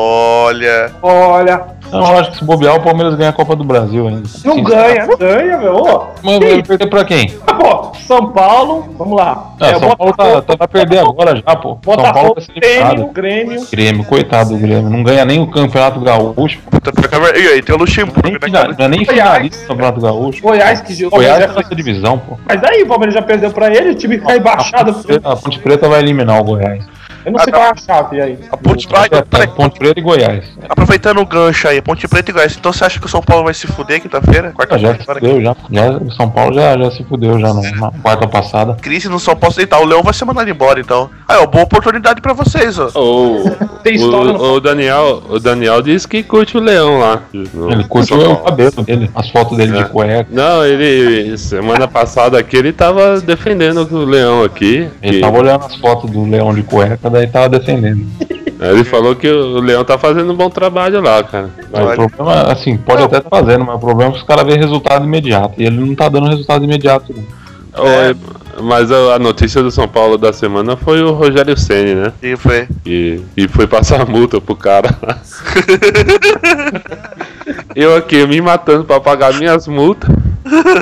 [SPEAKER 2] Olha.
[SPEAKER 6] Olha,
[SPEAKER 5] Não, eu acho que se bobear, o Palmeiras ganha a Copa do Brasil ainda.
[SPEAKER 6] não
[SPEAKER 5] Sim,
[SPEAKER 6] ganha, não ganha, meu. Ô,
[SPEAKER 5] Mas é-
[SPEAKER 6] que
[SPEAKER 5] vai
[SPEAKER 6] isso?
[SPEAKER 5] perder pra quem?
[SPEAKER 6] Ah, pô, São Paulo, vamos lá.
[SPEAKER 5] Ah,
[SPEAKER 6] É,
[SPEAKER 5] São Paulo tá,
[SPEAKER 6] Botafogo,
[SPEAKER 5] tá pra perder agora já, pô. São Paulo
[SPEAKER 6] Botafogo,
[SPEAKER 5] tá se
[SPEAKER 6] Grêmio,
[SPEAKER 5] eliminado.
[SPEAKER 6] Grêmio.
[SPEAKER 5] Grêmio, coitado do Grêmio. Não ganha nem o Campeonato Gaúcho.
[SPEAKER 2] Puta, pior que é- E aí, tem o
[SPEAKER 5] Nem,
[SPEAKER 2] Luxemburgo, né,
[SPEAKER 5] final,
[SPEAKER 2] cara?
[SPEAKER 5] não é nem finalista do Campeonato Gaúcho.
[SPEAKER 6] Goiás, que o
[SPEAKER 5] Goiás
[SPEAKER 6] Palmeiras
[SPEAKER 5] é
[SPEAKER 6] já
[SPEAKER 5] a sexta divisão, pô.
[SPEAKER 6] Mas aí o Palmeiras já perdeu pra ele, o time cai
[SPEAKER 5] A
[SPEAKER 6] baixado.
[SPEAKER 5] Ponte, Preta, a Ponte Preta vai eliminar o Goiás.
[SPEAKER 6] Eu não sei qual é a chave aí.
[SPEAKER 2] A Ponte
[SPEAKER 5] Vai,
[SPEAKER 2] Preta. peraí,
[SPEAKER 5] Ponte Preta e Goiás.
[SPEAKER 2] Aproveitando o gancho aí, Ponte Preta e Goiás. Então você acha que o São Paulo vai se fuder tá quinta-feira?
[SPEAKER 5] Ah, já
[SPEAKER 2] Quarta-feira?
[SPEAKER 5] se fudeu, já. já. O São Paulo já, já se fudeu já na, na quarta passada.
[SPEAKER 2] Crise no São Paulo deitar. O Leão vai ser mandado embora, então. Aí, ó, boa oportunidade pra vocês, ó.
[SPEAKER 4] Ou
[SPEAKER 6] Tem história no-
[SPEAKER 4] o, o Daniel, o Daniel disse que curte o leão lá.
[SPEAKER 5] Ele curtiu o cabelo dele, as fotos dele
[SPEAKER 4] É.
[SPEAKER 5] de cueca.
[SPEAKER 4] Não, ele semana passada aqui ele tava defendendo o leão aqui.
[SPEAKER 5] Ele
[SPEAKER 4] que-
[SPEAKER 5] tava olhando as fotos do leão de cueca, daí tava defendendo.
[SPEAKER 4] Aí ele falou que o leão tá fazendo um bom trabalho lá, cara.
[SPEAKER 5] Mas o problema, assim, pode até tá fazendo, mas o problema é que os caras veem resultado imediato. E ele não tá dando resultado imediato. não.
[SPEAKER 6] É.
[SPEAKER 4] Oi, Mas a a notícia do São Paulo da semana foi o Rogério Ceni, né?
[SPEAKER 2] E foi.
[SPEAKER 4] E, e foi passar multa pro cara lá. eu aqui me matando pra pagar minhas multas.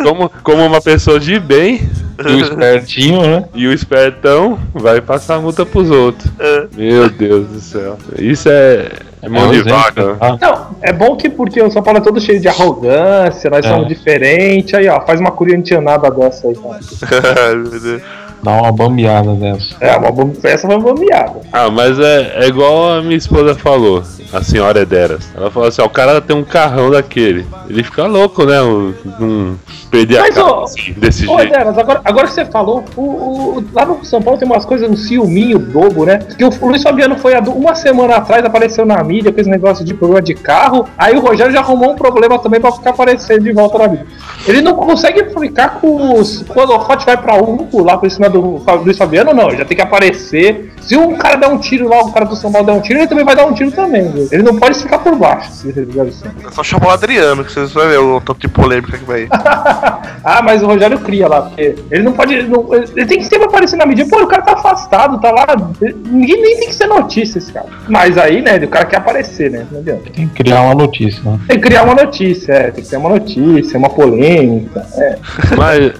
[SPEAKER 4] Como, como uma pessoa de bem
[SPEAKER 5] E o espertinho, né?
[SPEAKER 4] e o espertão vai passar multa pros outros. Meu Deus do céu. Isso é, é mão
[SPEAKER 5] É
[SPEAKER 4] de
[SPEAKER 5] o exemplo,
[SPEAKER 4] vaca.
[SPEAKER 5] tá?
[SPEAKER 6] Não, é bom que porque o São Paulo é todo cheio de arrogância, nós
[SPEAKER 5] É.
[SPEAKER 6] somos diferentes. Aí, ó, faz uma corintianada dessa aí, cara.
[SPEAKER 5] Dá uma bambeada dessa.
[SPEAKER 6] É, uma bom- essa foi uma bombeada.
[SPEAKER 4] Ah, mas é, é igual a minha esposa falou, a senhora é delas. Ela falou assim: ó, o cara tem um carrão daquele. Ele fica louco, né? Um, um- perder a
[SPEAKER 6] Mas,
[SPEAKER 4] cara
[SPEAKER 6] ô,
[SPEAKER 4] assim, desse
[SPEAKER 6] Ô,
[SPEAKER 4] jeito.
[SPEAKER 6] Deras, agora, agora que você falou, o, o- lá no São Paulo tem umas coisas, um ciúminho bobo, né? Que o Luiz Fabiano foi há du- uma semana atrás, apareceu na mídia, fez um negócio de problema de carro. Aí o Rogério já arrumou um problema também pra ficar aparecendo de volta na mídia. Ele não consegue ficar com os. Quando o Hot vai pra um lá por cima do Fa- Luiz Fabiano, não. Ele já tem que aparecer. Se um cara der um tiro lá, o cara do São Paulo der um tiro, ele também vai dar um tiro também. viu? Ele não pode ficar por baixo. se ele fizer isso.
[SPEAKER 2] É só chamar o Adriano, que vocês vão ver o tanto de polêmica que vai.
[SPEAKER 6] Ah, mas o Rogério cria lá, porque ele não pode. ele não- ele tem que sempre aparecer na mídia. Pô, o cara tá afastado, tá lá. Ninguém nem tem que ser notícia esse cara. Mas aí, né, o cara quer aparecer, né? Não adianta.
[SPEAKER 5] Tem que criar uma notícia, né?
[SPEAKER 6] Tem que criar uma notícia, é, tem que ter uma notícia, uma polêmica. É.
[SPEAKER 4] Mas,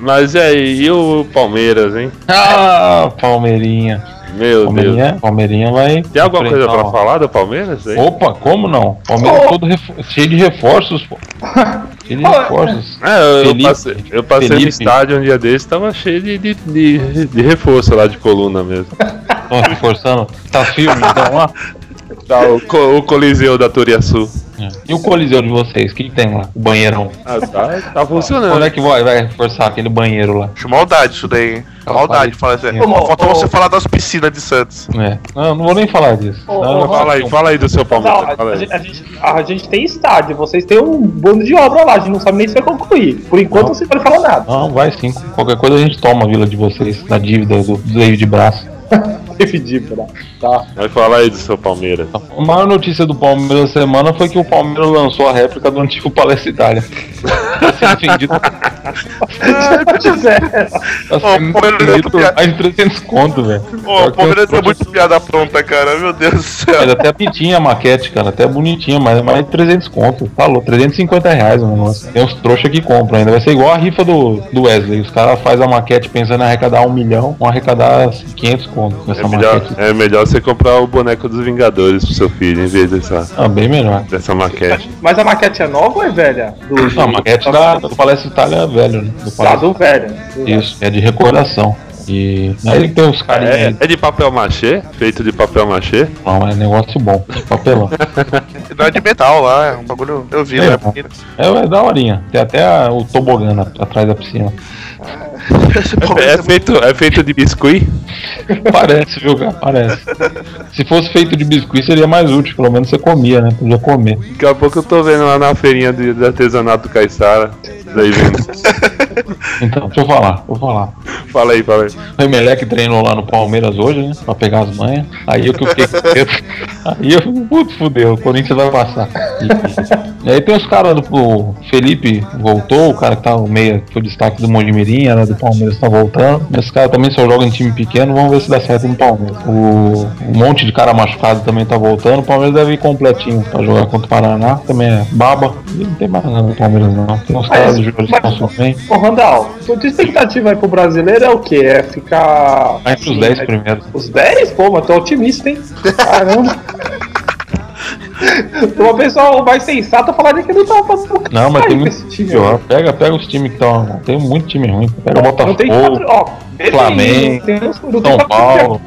[SPEAKER 4] mas é, e o Palmeiras, hein?
[SPEAKER 5] Ah, Palmeirinha.
[SPEAKER 4] Meu Deus.
[SPEAKER 5] Palmeirinha, Palmeirinha vai.
[SPEAKER 4] Tem alguma coisa
[SPEAKER 5] enfrentar,
[SPEAKER 4] pra
[SPEAKER 5] ó.
[SPEAKER 4] falar do Palmeiras? Hein?
[SPEAKER 5] Opa, como não? Palmeiras é
[SPEAKER 6] Oh!
[SPEAKER 5] todo refor- cheio de reforços, pô. Cheio de
[SPEAKER 6] Oh,
[SPEAKER 5] reforços.
[SPEAKER 4] É, eu, eu
[SPEAKER 5] Felipe,
[SPEAKER 4] passei, eu passei no
[SPEAKER 5] Felipe.
[SPEAKER 4] estádio um dia desse tava cheio de, de, de, de reforço lá de coluna mesmo.
[SPEAKER 5] Ó, reforçando. Tá firme, então lá.
[SPEAKER 4] Tá, o, co- o Coliseu da Turiaçu.
[SPEAKER 5] E o coliseu de vocês? O que que tem lá? O banheirão.
[SPEAKER 4] Ah, tá, tá
[SPEAKER 5] Como
[SPEAKER 4] funcionando.
[SPEAKER 5] é que vai, vai reforçar aquele banheiro lá?
[SPEAKER 2] Acho maldade isso daí, hein?
[SPEAKER 5] Tá,
[SPEAKER 2] Maldade,
[SPEAKER 5] parece-
[SPEAKER 2] fala assim.
[SPEAKER 5] Ô,
[SPEAKER 2] Ó,
[SPEAKER 6] ô,
[SPEAKER 2] Falta
[SPEAKER 6] ô.
[SPEAKER 2] você falar das piscinas de Santos.
[SPEAKER 5] É. Não, não vou nem falar disso.
[SPEAKER 6] Ô,
[SPEAKER 5] Não,
[SPEAKER 6] ô,
[SPEAKER 5] eu assim. vou-
[SPEAKER 4] Fala aí, fala aí do seu
[SPEAKER 6] Não,
[SPEAKER 4] Palmeiras.
[SPEAKER 6] a,
[SPEAKER 4] Fala aí.
[SPEAKER 6] gente, a gente- a gente tem estádio, vocês têm um bando de obra lá, a gente não sabe nem se vai concluir. Por enquanto
[SPEAKER 5] Não.
[SPEAKER 6] não, se pode falar nada.
[SPEAKER 5] Não, vai sim. Qualquer coisa a gente toma a vila de vocês na dívida do do David Braço.
[SPEAKER 6] Defidível,
[SPEAKER 4] Vai falar aí do seu Palmeiras. É
[SPEAKER 5] A maior notícia do Palmeiras da semana foi que o Palmeiras lançou a réplica do antigo Palestra Itália. Pra ser Tá vendido, Nossa,
[SPEAKER 2] Ó,
[SPEAKER 5] é muito
[SPEAKER 2] Palmeiras é
[SPEAKER 5] bonito,
[SPEAKER 2] campeão.
[SPEAKER 5] mais de 300 conto, velho.
[SPEAKER 2] Ô,
[SPEAKER 5] Pior
[SPEAKER 2] o
[SPEAKER 5] que
[SPEAKER 2] Palmeiras
[SPEAKER 5] eu-
[SPEAKER 2] tem muito piada pronta, cara. Meu Deus do céu.
[SPEAKER 5] Mas até bonitinha a maquete, cara. Até bonitinha, mas é mais de 300 conto. Falou, 350 reais o negócio. Tem uns trouxa que compram ainda. Vai ser igual a rifa do, do Wesley. Os caras fazem a maquete pensando em arrecadar um milhão, vão arrecadar 500 conto com essa
[SPEAKER 4] É melhor,
[SPEAKER 5] maquete.
[SPEAKER 4] é melhor você comprar o boneco dos Vingadores pro seu filho, em vez dessa,
[SPEAKER 5] Ah, bem melhor.
[SPEAKER 4] dessa maquete.
[SPEAKER 6] Mas a maquete é nova ou é velha? Do,
[SPEAKER 5] Não, a maquete da, do Palácio Itália é velho, né? Do
[SPEAKER 6] Tá,
[SPEAKER 5] Palácio
[SPEAKER 6] do velho.
[SPEAKER 5] Isso, é de recordação. E aí tem uns carinhas
[SPEAKER 4] É,
[SPEAKER 5] aí,
[SPEAKER 4] é de papel machê? Feito de papel machê?
[SPEAKER 5] não, é negócio bom, papelão.
[SPEAKER 2] Não é de metal lá, é um bagulho. Eu vi,
[SPEAKER 5] É,
[SPEAKER 2] né?
[SPEAKER 5] pô. É, é daorinha. Tem até a- o tobogã na- atrás da piscina.
[SPEAKER 2] Esse Palmeiras
[SPEAKER 4] É
[SPEAKER 2] é muito-
[SPEAKER 4] feito, é feito de biscuit?
[SPEAKER 5] Parece, viu, cara? Parece. Se fosse feito de biscuit, seria mais útil. Pelo menos você comia, né? Podia comer.
[SPEAKER 4] Daqui a pouco eu tô vendo lá na feirinha de, de artesanato do Caissara. Daí vendo.
[SPEAKER 2] É.
[SPEAKER 5] Então, deixa eu falar, deixa eu falar.
[SPEAKER 4] Fala aí, fala aí.
[SPEAKER 5] O Emelec treinou lá no Palmeiras hoje, né? Pra pegar as manhas. Aí eu que eu fiquei com medo. Aí eu fico, putz, fudeu, o Corinthians vai passar. E, e aí tem os caras do. O Felipe voltou, o cara que tá o meia, foi destaque do Monjimirim, era do Palmeiras, tá voltando. Esse cara também só joga em time pequeno, vamos ver se dá certo no Palmeiras. O, um monte de cara machucado também tá voltando. O Palmeiras deve ir completinho pra jogar contra o Paraná, também é baba. E não tem mais nada no Palmeiras, não. Tem uns caras do Júlio que estão bem.
[SPEAKER 6] Ô, Randall, sua expectativa aí pro brasileiro é o quê? É ficar.
[SPEAKER 5] Vai pros
[SPEAKER 6] Sim,
[SPEAKER 5] 10
[SPEAKER 6] é-
[SPEAKER 5] primeiros.
[SPEAKER 6] Os 10? Pô, mas tô otimista, hein? Caramba. Uma pessoa mais sensata falaria que não tava passando
[SPEAKER 5] Não, mas tem
[SPEAKER 6] Ai,
[SPEAKER 5] muito
[SPEAKER 6] esse time,
[SPEAKER 5] pior.
[SPEAKER 6] ó.
[SPEAKER 5] Pega, pega os times que estão. Tem muito time ruim. Pega o
[SPEAKER 6] Não tem quatro.
[SPEAKER 5] Botafogo.
[SPEAKER 6] Ó, tem-
[SPEAKER 5] Flamengo,
[SPEAKER 6] tem- não tem
[SPEAKER 5] São
[SPEAKER 6] quatro-
[SPEAKER 5] Paulo.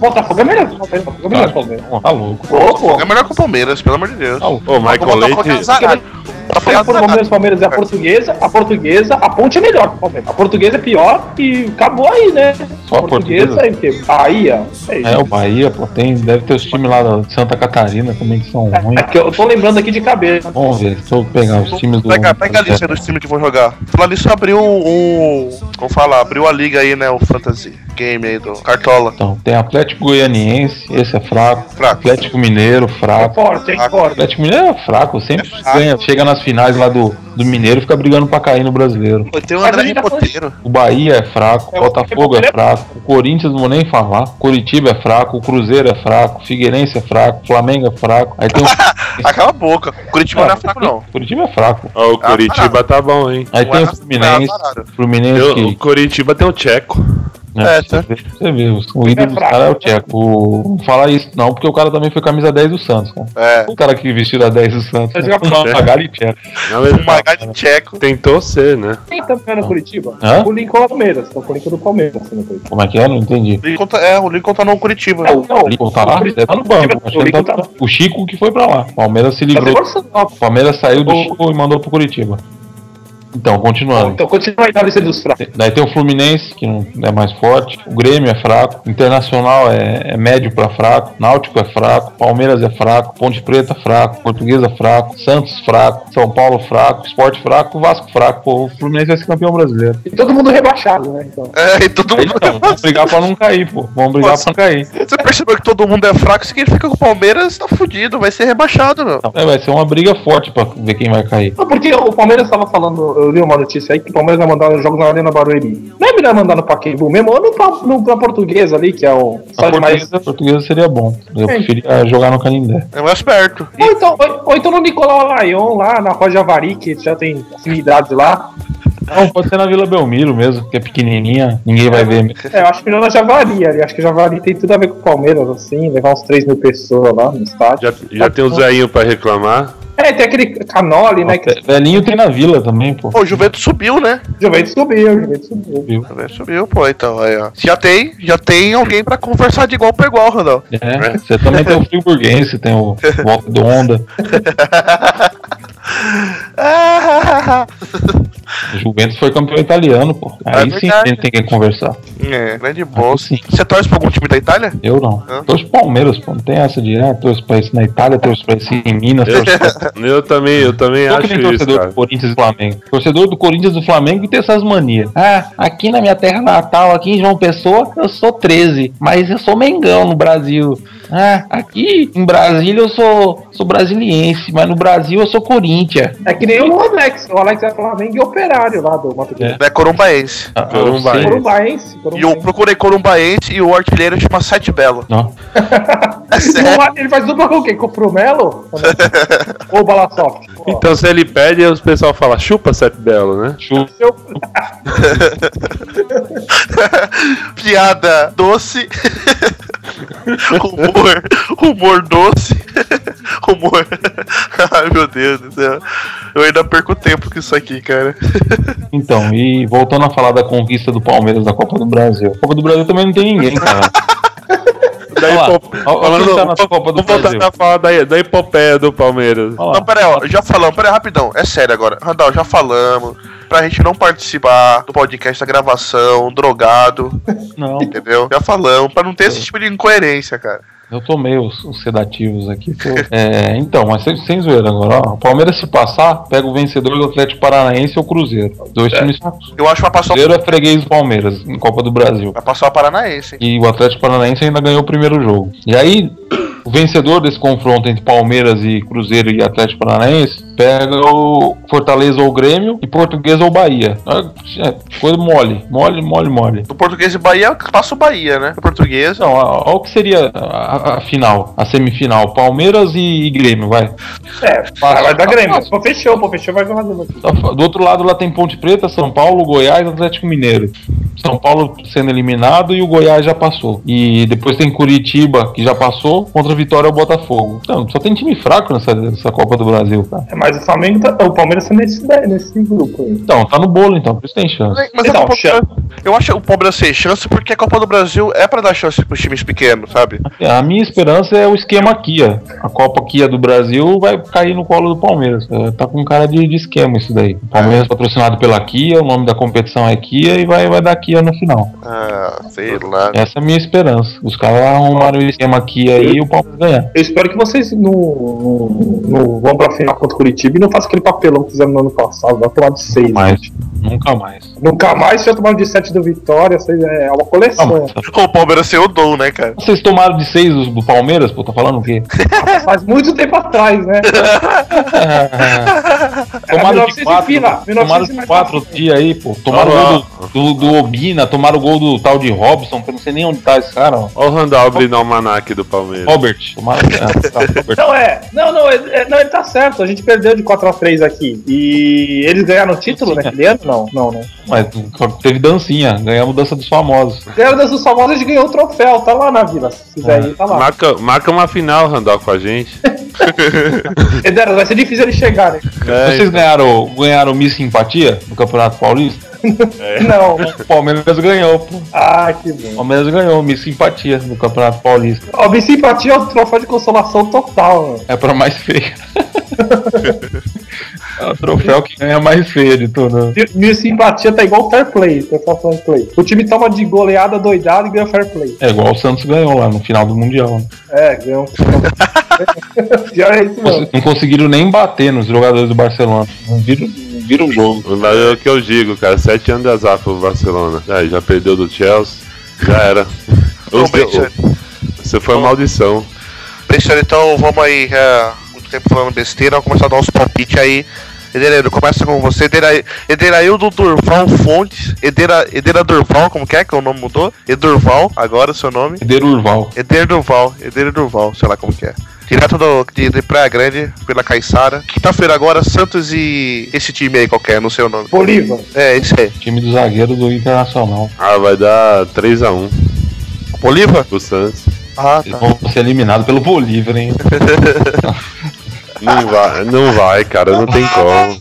[SPEAKER 6] Botafogo é melhor. que o Palmeiras, Botafogo é melhor que o Palmeiras.
[SPEAKER 5] Tá louco.
[SPEAKER 6] Ô, pô.
[SPEAKER 2] É melhor que o Palmeiras, pelo amor de Deus.
[SPEAKER 5] Tá louco.
[SPEAKER 4] Ô, Michael Leite.
[SPEAKER 2] Tá
[SPEAKER 6] Porque a
[SPEAKER 2] um
[SPEAKER 6] Palmeiras, Palmeiras é a portuguesa, a portuguesa, a ponte é melhor que o Palmeiras. A portuguesa é pior e acabou aí, né?
[SPEAKER 5] Só a portuguesa?
[SPEAKER 6] é o quê? Bahia. É isso.
[SPEAKER 5] É o Bahia, pô. Tem, deve ter os times lá da- de Santa Catarina também que são ruins.
[SPEAKER 6] É que eu tô lembrando aqui de cabeça.
[SPEAKER 5] Vamos ver. Deixa eu pegar os times do.
[SPEAKER 2] Pega, pega a lista dos times que vão jogar. Falar nisso, abriu o. Como falar? Abriu a liga aí, né? O Fantasy Game aí do Cartola.
[SPEAKER 5] Então, tem Atlético Goianiense, esse é fraco.
[SPEAKER 2] Fraco.
[SPEAKER 5] Atlético Mineiro,
[SPEAKER 6] É
[SPEAKER 5] fraco.
[SPEAKER 6] forte, é forte.
[SPEAKER 5] Atlético Mineiro é fraco, sempre ganha. Chega nas finais lá do, do Mineiro, fica brigando pra cair no brasileiro.
[SPEAKER 2] Pô, Tem o
[SPEAKER 6] Mas a
[SPEAKER 2] André
[SPEAKER 6] gente tá falando-
[SPEAKER 2] Poteiro.
[SPEAKER 5] O Bahia é fraco,
[SPEAKER 6] É,
[SPEAKER 5] o Botafogo é fraco, o Corinthians não vou nem falar, o Curitiba é fraco, o Cruzeiro é fraco, o Figueirense é fraco, o Flamengo é fraco. Aí tem o
[SPEAKER 2] Acaba a boca. O Curitiba não é fraco, não.
[SPEAKER 5] Curitiba é fraco.
[SPEAKER 4] Ó, o Curitiba tá bom, hein?
[SPEAKER 5] Aí
[SPEAKER 2] Não
[SPEAKER 5] tem
[SPEAKER 2] é
[SPEAKER 5] o
[SPEAKER 2] fraco,
[SPEAKER 5] Fluminense,
[SPEAKER 2] não é azarado.
[SPEAKER 5] Fluminense
[SPEAKER 4] Eu- o
[SPEAKER 5] que
[SPEAKER 4] Curitiba tem o Tcheco.
[SPEAKER 5] né,
[SPEAKER 2] é,
[SPEAKER 5] você, vê, você vê, os- o ídolo
[SPEAKER 6] É
[SPEAKER 5] dos
[SPEAKER 6] fraco.
[SPEAKER 5] caras é o Tcheco. O- Não falar isso não, porque o cara também foi camisa 10 do Santos, cara.
[SPEAKER 2] É.
[SPEAKER 5] O cara que vestiu a 10 do Santos,
[SPEAKER 6] Mas
[SPEAKER 5] né?
[SPEAKER 6] eu-
[SPEAKER 5] Não, a Gali Tcheco.
[SPEAKER 4] Na verdade,
[SPEAKER 2] O Magalhães Tcheco.
[SPEAKER 4] tentou ser, né?
[SPEAKER 6] Quem tá pegando Curitiba?
[SPEAKER 5] Hã?
[SPEAKER 6] O Lincoln é o Palmeiras. Tá o Lincoln do Palmeiras. assim, no Curitiba.
[SPEAKER 5] Como é que é? Não entendi.
[SPEAKER 2] O Lincoln tá- É, o Lincoln tá no Curitiba.
[SPEAKER 6] Não, não.
[SPEAKER 5] O Lincoln tá lá?
[SPEAKER 6] O
[SPEAKER 5] Deve tá no banco. Acho que ele
[SPEAKER 6] Lincoln
[SPEAKER 5] tá-
[SPEAKER 6] tá-
[SPEAKER 5] O Chico que foi pra lá. O Palmeiras se
[SPEAKER 6] Tá se
[SPEAKER 5] livrou
[SPEAKER 6] forçando, ó.
[SPEAKER 5] O Palmeiras saiu do
[SPEAKER 6] O-
[SPEAKER 5] Chico e mandou pro Curitiba. Então, continuando.
[SPEAKER 6] Então continua aí na lista dos fracos.
[SPEAKER 5] Daí tem o Fluminense, que não é mais forte. O Grêmio é fraco. o Internacional é, é médio pra fraco. Náutico é fraco. Palmeiras é fraco. Ponte Preta fraco. Portuguesa fraco. Santos fraco. São Paulo fraco. Esporte fraco. Vasco fraco. Pô, o Fluminense vai ser campeão brasileiro.
[SPEAKER 6] E todo mundo rebaixado, né? Então.
[SPEAKER 2] É, e todo
[SPEAKER 5] Aí,
[SPEAKER 2] mundo.
[SPEAKER 5] então, vamos brigar pra não cair, pô. Vamos brigar
[SPEAKER 2] Nossa.
[SPEAKER 5] pra não cair.
[SPEAKER 2] Você percebeu que todo mundo é fraco, significa que o Palmeiras tá fudido, vai ser rebaixado, meu.
[SPEAKER 5] Então, é, vai ser uma briga forte pra ver quem vai cair.
[SPEAKER 6] Não, porque o Palmeiras estava falando, eu li uma notícia aí que o Palmeiras vai mandar os jogos na Arena Barueri. Não é melhor mandar no Pacaembu mesmo, ou no, pra, no, pra Portuguesa ali, que é o
[SPEAKER 5] A
[SPEAKER 6] estádio mais...
[SPEAKER 5] portuguesa, a portuguesa seria bom. Eu
[SPEAKER 6] É.
[SPEAKER 5] preferia jogar no Canindé.
[SPEAKER 2] É mais perto.
[SPEAKER 6] Ou então, ou, ou então no Nicolau Laion, lá na Roja Vari, que já tem afinidades lá.
[SPEAKER 5] Não, pode ser na Vila Belmiro mesmo, que é pequenininha, ninguém vai ver. mesmo.
[SPEAKER 6] É, eu acho melhor na Javari ali. Acho que Javari tem tudo a ver com o Palmeiras, assim, levar uns 3 mil pessoas lá no estádio.
[SPEAKER 4] Já, já tem o Zéinho pra reclamar.
[SPEAKER 6] É, tem aquele Canoli,
[SPEAKER 2] é
[SPEAKER 6] né, que
[SPEAKER 5] Ve- Velhinho tem na Vila também, pô.
[SPEAKER 2] Pô, o Juventus subiu, né?
[SPEAKER 6] o Juventus subiu, o Juventus subiu.
[SPEAKER 2] O Juventus subiu, pô, então, aí, ó. Já tem, já tem alguém pra conversar de igual pra igual, Randall.
[SPEAKER 5] É, você também tem o Friburguense, tem o Walk do Onda,
[SPEAKER 2] Ah,
[SPEAKER 5] o Juventus foi campeão italiano, pô. Aí
[SPEAKER 2] É
[SPEAKER 5] sim a
[SPEAKER 2] verdade.
[SPEAKER 5] gente tem que conversar.
[SPEAKER 2] é, grande bosta.
[SPEAKER 5] sim.
[SPEAKER 2] Você torce pra algum time da Itália?
[SPEAKER 5] Eu não.
[SPEAKER 2] Hã?
[SPEAKER 5] Torço pro Palmeiras, pô. Não tem essa de, ah, torço pra isso na Itália, torço pra isso em Minas,
[SPEAKER 4] Eu,
[SPEAKER 5] torço pra...
[SPEAKER 4] eu também, eu também
[SPEAKER 5] Eu que
[SPEAKER 4] acho
[SPEAKER 5] nem
[SPEAKER 4] isso,
[SPEAKER 5] torcedor
[SPEAKER 4] cara.
[SPEAKER 5] do Corinthians e do Flamengo. Torcedor do Corinthians e do Flamengo que tem essas manias. Ah, aqui na minha terra natal, aqui em João Pessoa, eu sou 13, mas eu sou Mengão no Brasil. Ah, aqui em Brasília eu sou, sou brasiliense, mas no Brasil eu sou Corinthians.
[SPEAKER 6] É que nem o Alex. O Alex é Flamengo e Operário lá do Mato Grosso.
[SPEAKER 2] É corumbaense.
[SPEAKER 4] Então
[SPEAKER 5] Ah,
[SPEAKER 4] Corumbaense.
[SPEAKER 5] eu sei.
[SPEAKER 6] Corumbaense.
[SPEAKER 2] E eu procurei corumbaense e o artilheiro chama Sete Belo.
[SPEAKER 5] Não.
[SPEAKER 2] É sério.
[SPEAKER 6] Ele faz dupla com quem? Com o Promelo? Ou o Balasoft?
[SPEAKER 4] Então se ele pede, os pessoal fala, chupa Sete Belo, né?
[SPEAKER 5] Chupa.
[SPEAKER 6] Eu-
[SPEAKER 2] Piada doce. humor, humor doce. humor. Ai meu Deus do céu. Eu ainda perco tempo com isso aqui, cara.
[SPEAKER 5] Então, e voltando a falar da conquista do Palmeiras na Copa do Brasil. Copa do Brasil também não tem ninguém, cara.
[SPEAKER 4] Da
[SPEAKER 5] Olha lá,
[SPEAKER 4] hipo-
[SPEAKER 5] olha o que tá na Copa do
[SPEAKER 4] Vamos voltar
[SPEAKER 5] Brasil.
[SPEAKER 4] a falar da, da epopeia do Palmeiras.
[SPEAKER 5] Olha
[SPEAKER 2] Não,
[SPEAKER 5] lá.
[SPEAKER 2] pera aí, ó, já falamos, pera aí, rapidão, é sério agora. Randall, já falamos. Pra gente não participar do podcast da gravação, drogado,
[SPEAKER 5] Não,
[SPEAKER 2] entendeu? Já falamos, pra não ter esse tipo de incoerência, cara.
[SPEAKER 5] eu tomei os, os sedativos aqui. tô- É, então, mas sem, sem zoeira agora. Ó. O Palmeiras se passar, pega o vencedor do Atlético Paranaense ou Cruzeiro. Dois times fracos.
[SPEAKER 2] Eu acho que vai
[SPEAKER 5] O
[SPEAKER 2] passar,
[SPEAKER 5] Cruzeiro é freguês do Palmeiras, em Copa do Brasil.
[SPEAKER 2] vai passar a Paranaense, hein?
[SPEAKER 5] E o Atlético Paranaense ainda ganhou o primeiro jogo. E aí, o vencedor desse confronto entre Palmeiras e Cruzeiro e Atlético Paranaense pega o Fortaleza ou Grêmio e Portuguesa ou Bahia. É, Coisa mole, mole, mole, mole.
[SPEAKER 2] Do português e Bahia, passa o Bahia, né? Do português,
[SPEAKER 5] Então, olha o que seria a, a- a final, a semifinal. Palmeiras e, e Grêmio, vai.
[SPEAKER 6] É,
[SPEAKER 5] Passa-
[SPEAKER 6] vai dar Grêmio.
[SPEAKER 5] passa.
[SPEAKER 6] Pô, fechou, pô, fechou, vai ganhar Grêmio.
[SPEAKER 5] Tá fa- Do outro lado lá tem Ponte Preta, São Paulo, Goiás, Atlético Mineiro. São Paulo sendo eliminado e o Goiás já passou. E depois tem Curitiba, que já passou, contra Vitória ou Botafogo. Então, só tem time fraco nessa, nessa Copa do Brasil, cara.
[SPEAKER 6] É, Mas o Flamengo tá. O Palmeiras tá nesse, nesse grupo aí.
[SPEAKER 5] Então, tá no bolo então, por isso tem chance.
[SPEAKER 2] Mas
[SPEAKER 6] Então,
[SPEAKER 2] é pro- eu acho o Palmeiras sem chance porque a Copa do Brasil é pra dar chance pros times pequenos, sabe?
[SPEAKER 5] A minha esperança é o esquema Kia. A Copa Kia do Brasil vai cair no colo do Palmeiras. É, Tá com cara de, de esquema isso daí. O Palmeiras patrocinado pela Kia, o nome da competição é Kia e vai, vai dar Kia no final.
[SPEAKER 2] Ah, sei lá.
[SPEAKER 5] Essa é a minha esperança. Os caras arrumaram o esquema aqui aí e o Palmeiras ganhar.
[SPEAKER 6] Eu espero que vocês não, não, não vão pra final contra o Curitiba e não façam aquele papelão que fizeram no ano passado, vai tomar de 6.
[SPEAKER 5] Mas nunca mais.
[SPEAKER 6] Nunca mais já tomaram de 7 do Vitória, isso aí é uma coleção.
[SPEAKER 5] Não, mas-
[SPEAKER 2] O Palmeiras sem o dom, né, cara?
[SPEAKER 5] Vocês tomaram de seis do, do Palmeiras, pô, tá falando o quê?
[SPEAKER 6] é. Faz muito tempo atrás, né?
[SPEAKER 5] tomaram de
[SPEAKER 6] 1900 É, e fila,
[SPEAKER 5] quatro,
[SPEAKER 6] 1900
[SPEAKER 5] tomaram
[SPEAKER 6] e
[SPEAKER 5] de
[SPEAKER 6] mais
[SPEAKER 5] quatro
[SPEAKER 6] nada.
[SPEAKER 5] dias aí, pô. Tomaram
[SPEAKER 4] Olha
[SPEAKER 5] o gol do, do, do Obina, tomaram o gol do tal de Robson, que eu não sei nem onde tá esse cara, ó.
[SPEAKER 4] Olha o Randall abrindo o almanac do Palmeiras.
[SPEAKER 5] Robert, tomaram. Ah, tá, Robert.
[SPEAKER 6] Não, é. Não, não, ele- é, não, ele tá certo. A gente perdeu de 4x3 aqui. E eles ganharam o título
[SPEAKER 5] Sim, é.
[SPEAKER 6] naquele ano? Não, não, né?
[SPEAKER 5] Mas teve dancinha, ganhamos dança dos famosos.
[SPEAKER 6] Ganharam das famosas, a gente ganhou o troféu. Tá lá na vila. Se quiser ir, tá lá.
[SPEAKER 4] Marca, marca uma final, Randall, com a gente.
[SPEAKER 6] Edera, vai ser difícil né? eles chegarem.
[SPEAKER 4] É
[SPEAKER 5] Vocês ganharam, ganharam Miss Simpatia no Campeonato Paulista? É.
[SPEAKER 6] Não.
[SPEAKER 5] O Palmeiras ganhou, pô.
[SPEAKER 6] Ah, que
[SPEAKER 5] O
[SPEAKER 6] bom.
[SPEAKER 5] Palmeiras ganhou, Miss Simpatia no Campeonato Paulista.
[SPEAKER 6] Ó, O simpatia é o troféu de consolação total, mano.
[SPEAKER 5] É pra mais feia. é o troféu que ganha mais feia de tudo.
[SPEAKER 6] Mi- Minha simpatia tá igual fair play, pessoal fair play. O time toma de goleada doidado e ganha fair play.
[SPEAKER 5] É igual o Santos ganhou lá no final do Mundial. né?
[SPEAKER 6] É, ganhou. Pior é isso, mano.
[SPEAKER 5] Vocês Não conseguiram nem bater nos jogadores do Barcelona. Não viram, não viram o jogo.
[SPEAKER 4] Lá é o que eu digo, cara. Sete anos de azar pro Barcelona. Aí, já perdeu do Chelsea, já era.
[SPEAKER 2] Bom,
[SPEAKER 4] Os de-
[SPEAKER 2] bem, senhor.
[SPEAKER 4] Você
[SPEAKER 5] é.
[SPEAKER 4] foi maldição.
[SPEAKER 2] Pessoal, então vamos aí, é, muito tempo falando besteira, vamos começar a dar uns palpites aí. Edereiro, começa com você. Edera- Ederaildo Durval Fontes. Edera, Edera Durval, como que é que o nome mudou? Edurval, agora o seu nome.
[SPEAKER 5] Perderam o Urval.
[SPEAKER 2] Eder Durval, Eder Durval, sei lá como que é. Direto do, de, de Praia Grande, pela Caiçara. Quinta-feira agora, Santos e esse time aí qualquer, não sei o nome.
[SPEAKER 6] Bolívar.
[SPEAKER 2] É, esse aí.
[SPEAKER 5] Time do zagueiro do Internacional.
[SPEAKER 4] Ah, vai dar 3x1
[SPEAKER 2] Bolívar?
[SPEAKER 4] pro Santos.
[SPEAKER 2] Ah,
[SPEAKER 5] Eles
[SPEAKER 2] tá.
[SPEAKER 5] vão ser eliminados pelo Bolívar, hein?
[SPEAKER 4] Não vai, não vai, cara, não tem como.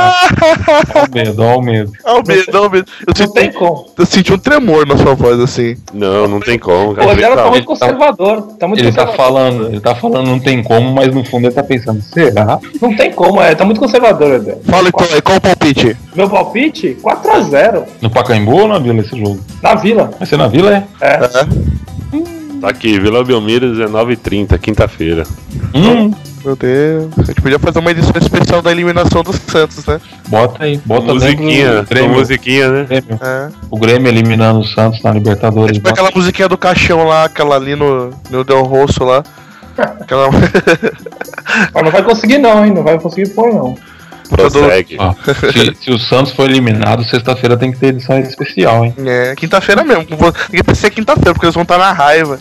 [SPEAKER 5] Olha o medo, olha o medo.
[SPEAKER 2] Ah, o medo, o medo. Eu
[SPEAKER 6] Não tem
[SPEAKER 2] senti,
[SPEAKER 6] como.
[SPEAKER 2] eu senti um tremor na sua voz assim.
[SPEAKER 4] Não, não tem como,
[SPEAKER 6] O
[SPEAKER 4] cara.
[SPEAKER 6] Rogério tá
[SPEAKER 4] Tá-
[SPEAKER 6] muito conservador. Tá muito
[SPEAKER 5] Ele tá
[SPEAKER 6] conservador.
[SPEAKER 5] falando, ele tá falando não tem como, mas no fundo ele tá pensando, será?
[SPEAKER 6] Não tem como, é. Tá muito conservador, Edera.
[SPEAKER 2] Fala qual, qual o palpite?
[SPEAKER 6] Meu palpite? 4x0.
[SPEAKER 5] No Pacaembu ou na Vila esse jogo?
[SPEAKER 6] Na vila.
[SPEAKER 5] Vai ser na Vila, é?
[SPEAKER 4] Tá aqui, Vila Belmiro, 19h30, quinta-feira.
[SPEAKER 5] Hum,
[SPEAKER 2] Meu Deus. A gente podia fazer uma edição especial da eliminação do Santos, né?
[SPEAKER 5] Bota aí, bota
[SPEAKER 4] musiquinha,
[SPEAKER 5] dentro do Grêmio.
[SPEAKER 4] uma musiquinha, né?
[SPEAKER 5] Grêmio.
[SPEAKER 2] É.
[SPEAKER 5] O Grêmio eliminando o Santos na
[SPEAKER 2] É
[SPEAKER 5] Libertadores.
[SPEAKER 2] tipo aquela musiquinha do caixão lá, aquela ali no, no Del Rosso lá. Aquela
[SPEAKER 6] Mas não vai conseguir não, hein? Não vai conseguir pôr não.
[SPEAKER 4] Prossegue.
[SPEAKER 5] Ó, se, se o Santos for eliminado, sexta-feira tem que ter edição especial, hein?
[SPEAKER 2] É, quinta-feira mesmo. Vou- Tem que ser quinta-feira, porque eles vão estar na raiva.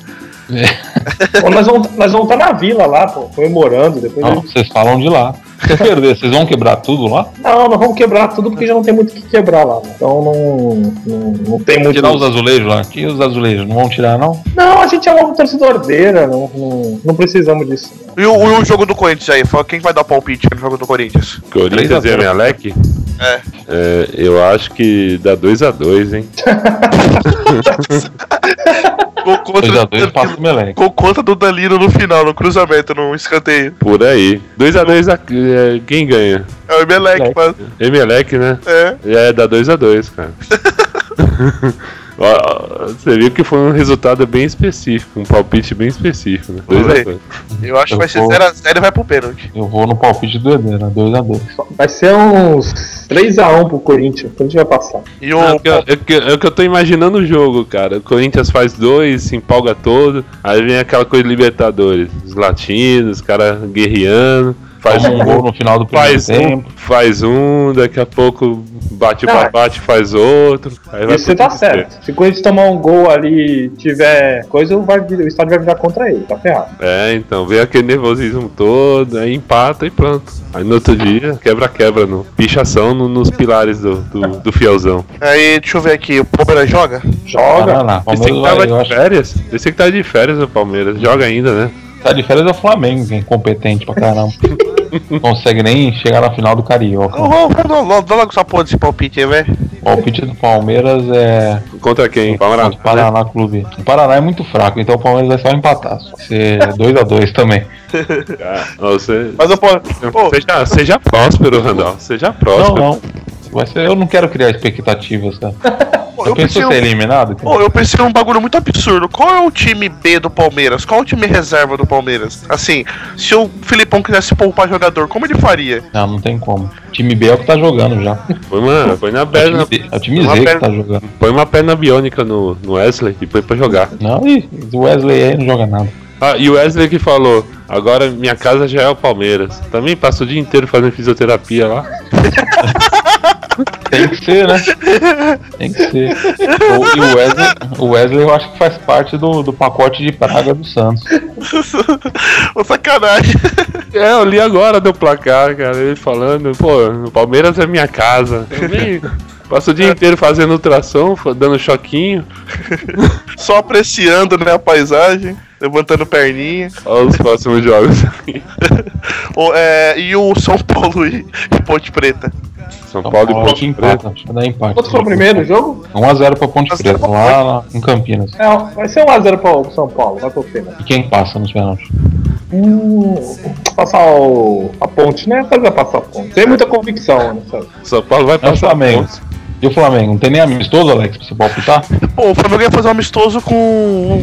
[SPEAKER 6] Pô, nós vamos nós vamos estar na vila lá, pô, comemorando. Depois
[SPEAKER 5] Não, vocês falam de lá. Se perder, vocês vão quebrar tudo lá?
[SPEAKER 6] Não, não vamos quebrar tudo porque já não tem muito o que quebrar lá. né? Então não, não, não tem muito.
[SPEAKER 5] Tirar os azulejos lá? Que os azulejos? Não vão tirar, não?
[SPEAKER 6] Não, a gente é um torcedor dele, não, não, não precisamos disso. não.
[SPEAKER 2] E o, e o jogo do Corinthians aí? Fala, Quem vai dar o palpite no jogo do Corinthians?
[SPEAKER 4] Corinthians e
[SPEAKER 5] 3 a 0.
[SPEAKER 4] Emelec?
[SPEAKER 2] É.
[SPEAKER 4] É, eu acho que dá 2x2, hein?
[SPEAKER 2] Gol contra,
[SPEAKER 5] 2x2 passa o Meleque.
[SPEAKER 2] gol contra do Danilo no final, no cruzamento, no escanteio.
[SPEAKER 4] Por aí. 2x2 a- é, quem ganha?
[SPEAKER 2] É o Emelec, mas.
[SPEAKER 4] Emelec, né?
[SPEAKER 2] É.
[SPEAKER 4] É, dá 2x2, cara. Ó, ó, Você viu que foi um resultado bem específico, um palpite bem específico, né?
[SPEAKER 2] Vamos ver.
[SPEAKER 4] 2x2.
[SPEAKER 2] Eu acho que vai ser
[SPEAKER 5] Eu vou-
[SPEAKER 2] 0x0 e vai pro pênalti.
[SPEAKER 5] Eu vou no palpite do Eder, né? 2x2.
[SPEAKER 6] Vai ser uns 3x1 pro Corinthians. O Corinthians vai passar.
[SPEAKER 2] E
[SPEAKER 4] É
[SPEAKER 2] o.
[SPEAKER 4] o que eu- é o que eu- é o que eu tô imaginando o jogo, cara. O Corinthians faz dois, se empolga todo, aí vem aquela coisa de Libertadores. Os latinos, os caras guerreando, faz
[SPEAKER 5] Toma
[SPEAKER 4] um
[SPEAKER 5] um gol
[SPEAKER 4] gol,
[SPEAKER 5] no final do primeiro
[SPEAKER 4] faz um,
[SPEAKER 5] tempo.
[SPEAKER 4] faz um, daqui a pouco bate o
[SPEAKER 6] Ah.
[SPEAKER 4] bate, faz outro. Aí vai
[SPEAKER 6] Isso você
[SPEAKER 4] pro
[SPEAKER 6] tá
[SPEAKER 4] desespero.
[SPEAKER 6] certo. Se o Corinthians tomar um gol ali e tiver coisa, vai, vir- o estádio vai virar contra ele, tá ferrado.
[SPEAKER 4] É, então, vem aquele nervosismo todo, aí empata e pronto. Aí no outro dia, quebra-quebra, no, pichação no- nos pilares do, do, do fielzão.
[SPEAKER 2] Aí, deixa eu ver aqui. O Palmeiras joga?
[SPEAKER 5] Ah,
[SPEAKER 6] Joga.
[SPEAKER 5] não, não.
[SPEAKER 4] Pensei que
[SPEAKER 5] Palmeiras
[SPEAKER 4] tava
[SPEAKER 5] vai, eu
[SPEAKER 4] de
[SPEAKER 5] acho
[SPEAKER 4] férias. Pensei que tava de férias o Palmeiras. Joga ainda, né?
[SPEAKER 5] que tá de férias é o Flamengo, que é incompetente pra caramba. Não consegue nem chegar na final do Carioca.
[SPEAKER 2] Ô, ô, Dá logo- dá logo essa porra desse palpite aí, velho.
[SPEAKER 5] O palpite do Palmeiras é
[SPEAKER 4] Contra quem? Ah,
[SPEAKER 5] Paraná,
[SPEAKER 4] Palmeiras.
[SPEAKER 5] Paraná Clube. O Paraná é muito fraco, então o Palmeiras vai só empatar. Só ser 2x2 também.
[SPEAKER 4] Ah, Você,
[SPEAKER 2] Mas o Palmeiras. Pô,
[SPEAKER 4] seja, seja próspero, Randall. Seja
[SPEAKER 5] Não,
[SPEAKER 4] próspero.
[SPEAKER 5] não. Vai ser, eu não quero criar expectativas, cara.
[SPEAKER 2] pô,
[SPEAKER 5] Eu
[SPEAKER 2] eu
[SPEAKER 5] pensou
[SPEAKER 2] pensei.
[SPEAKER 5] ser eliminado? então? cara?
[SPEAKER 2] Pô, eu pensei num bagulho muito absurdo. Qual é o time B do Palmeiras? Qual é o time reserva do Palmeiras? Assim, se o Filipão quisesse poupar jogador, como ele faria?
[SPEAKER 5] Não, não tem como. O time B é o que tá jogando já.
[SPEAKER 4] Põe uma, põe, na
[SPEAKER 5] É o
[SPEAKER 4] perna,
[SPEAKER 5] time, B- é o time
[SPEAKER 2] Uma
[SPEAKER 5] Z que
[SPEAKER 2] perna-
[SPEAKER 5] tá jogando.
[SPEAKER 4] põe uma perna biônica no, no Wesley e põe pra jogar.
[SPEAKER 5] Não, e o Wesley aí não joga nada.
[SPEAKER 4] Ah, e o Wesley que falou: agora minha casa já é o Palmeiras. Também passa o dia inteiro fazendo fisioterapia lá.
[SPEAKER 5] Tem que ser, né? Tem que ser. O, e o Wesley, o Wesley eu acho que faz parte do, do pacote de praga do Santos.
[SPEAKER 2] Ô, sacanagem.
[SPEAKER 4] É, eu li agora do placar, cara, ele falando, pô, o Palmeiras é minha casa. Eu vim, Passo o dia inteiro fazendo ultrassom, fa- dando choquinho,
[SPEAKER 2] Só apreciando, né, a paisagem, levantando perninha.
[SPEAKER 4] olha os próximos jogos.
[SPEAKER 2] Ô, é, e o São Paulo e, e Ponte Preta?
[SPEAKER 4] São Paulo e Ponte Preta.
[SPEAKER 5] empata. Acho que dá empate.
[SPEAKER 6] Quanto foi o primeiro jogo?
[SPEAKER 5] 1x0 pra Ponte
[SPEAKER 2] Mas
[SPEAKER 5] Preta,
[SPEAKER 2] tá bom.
[SPEAKER 5] lá, lá em Campinas.
[SPEAKER 6] É, vai ser 1x0 pro São Paulo, vai pro pênalti.
[SPEAKER 5] E quem passa nos pênaltis?
[SPEAKER 6] Hum, passar o, a ponte, né? Fazer passar a ponte. Tem muita convicção, né? sabe?
[SPEAKER 4] São Paulo vai
[SPEAKER 5] É o
[SPEAKER 4] passar
[SPEAKER 5] Flamengo.
[SPEAKER 4] pontos.
[SPEAKER 5] E o Flamengo? Não tem nem amistoso, Alex, pra você palpitar?
[SPEAKER 2] Pô, o Flamengo ia fazer um amistoso com.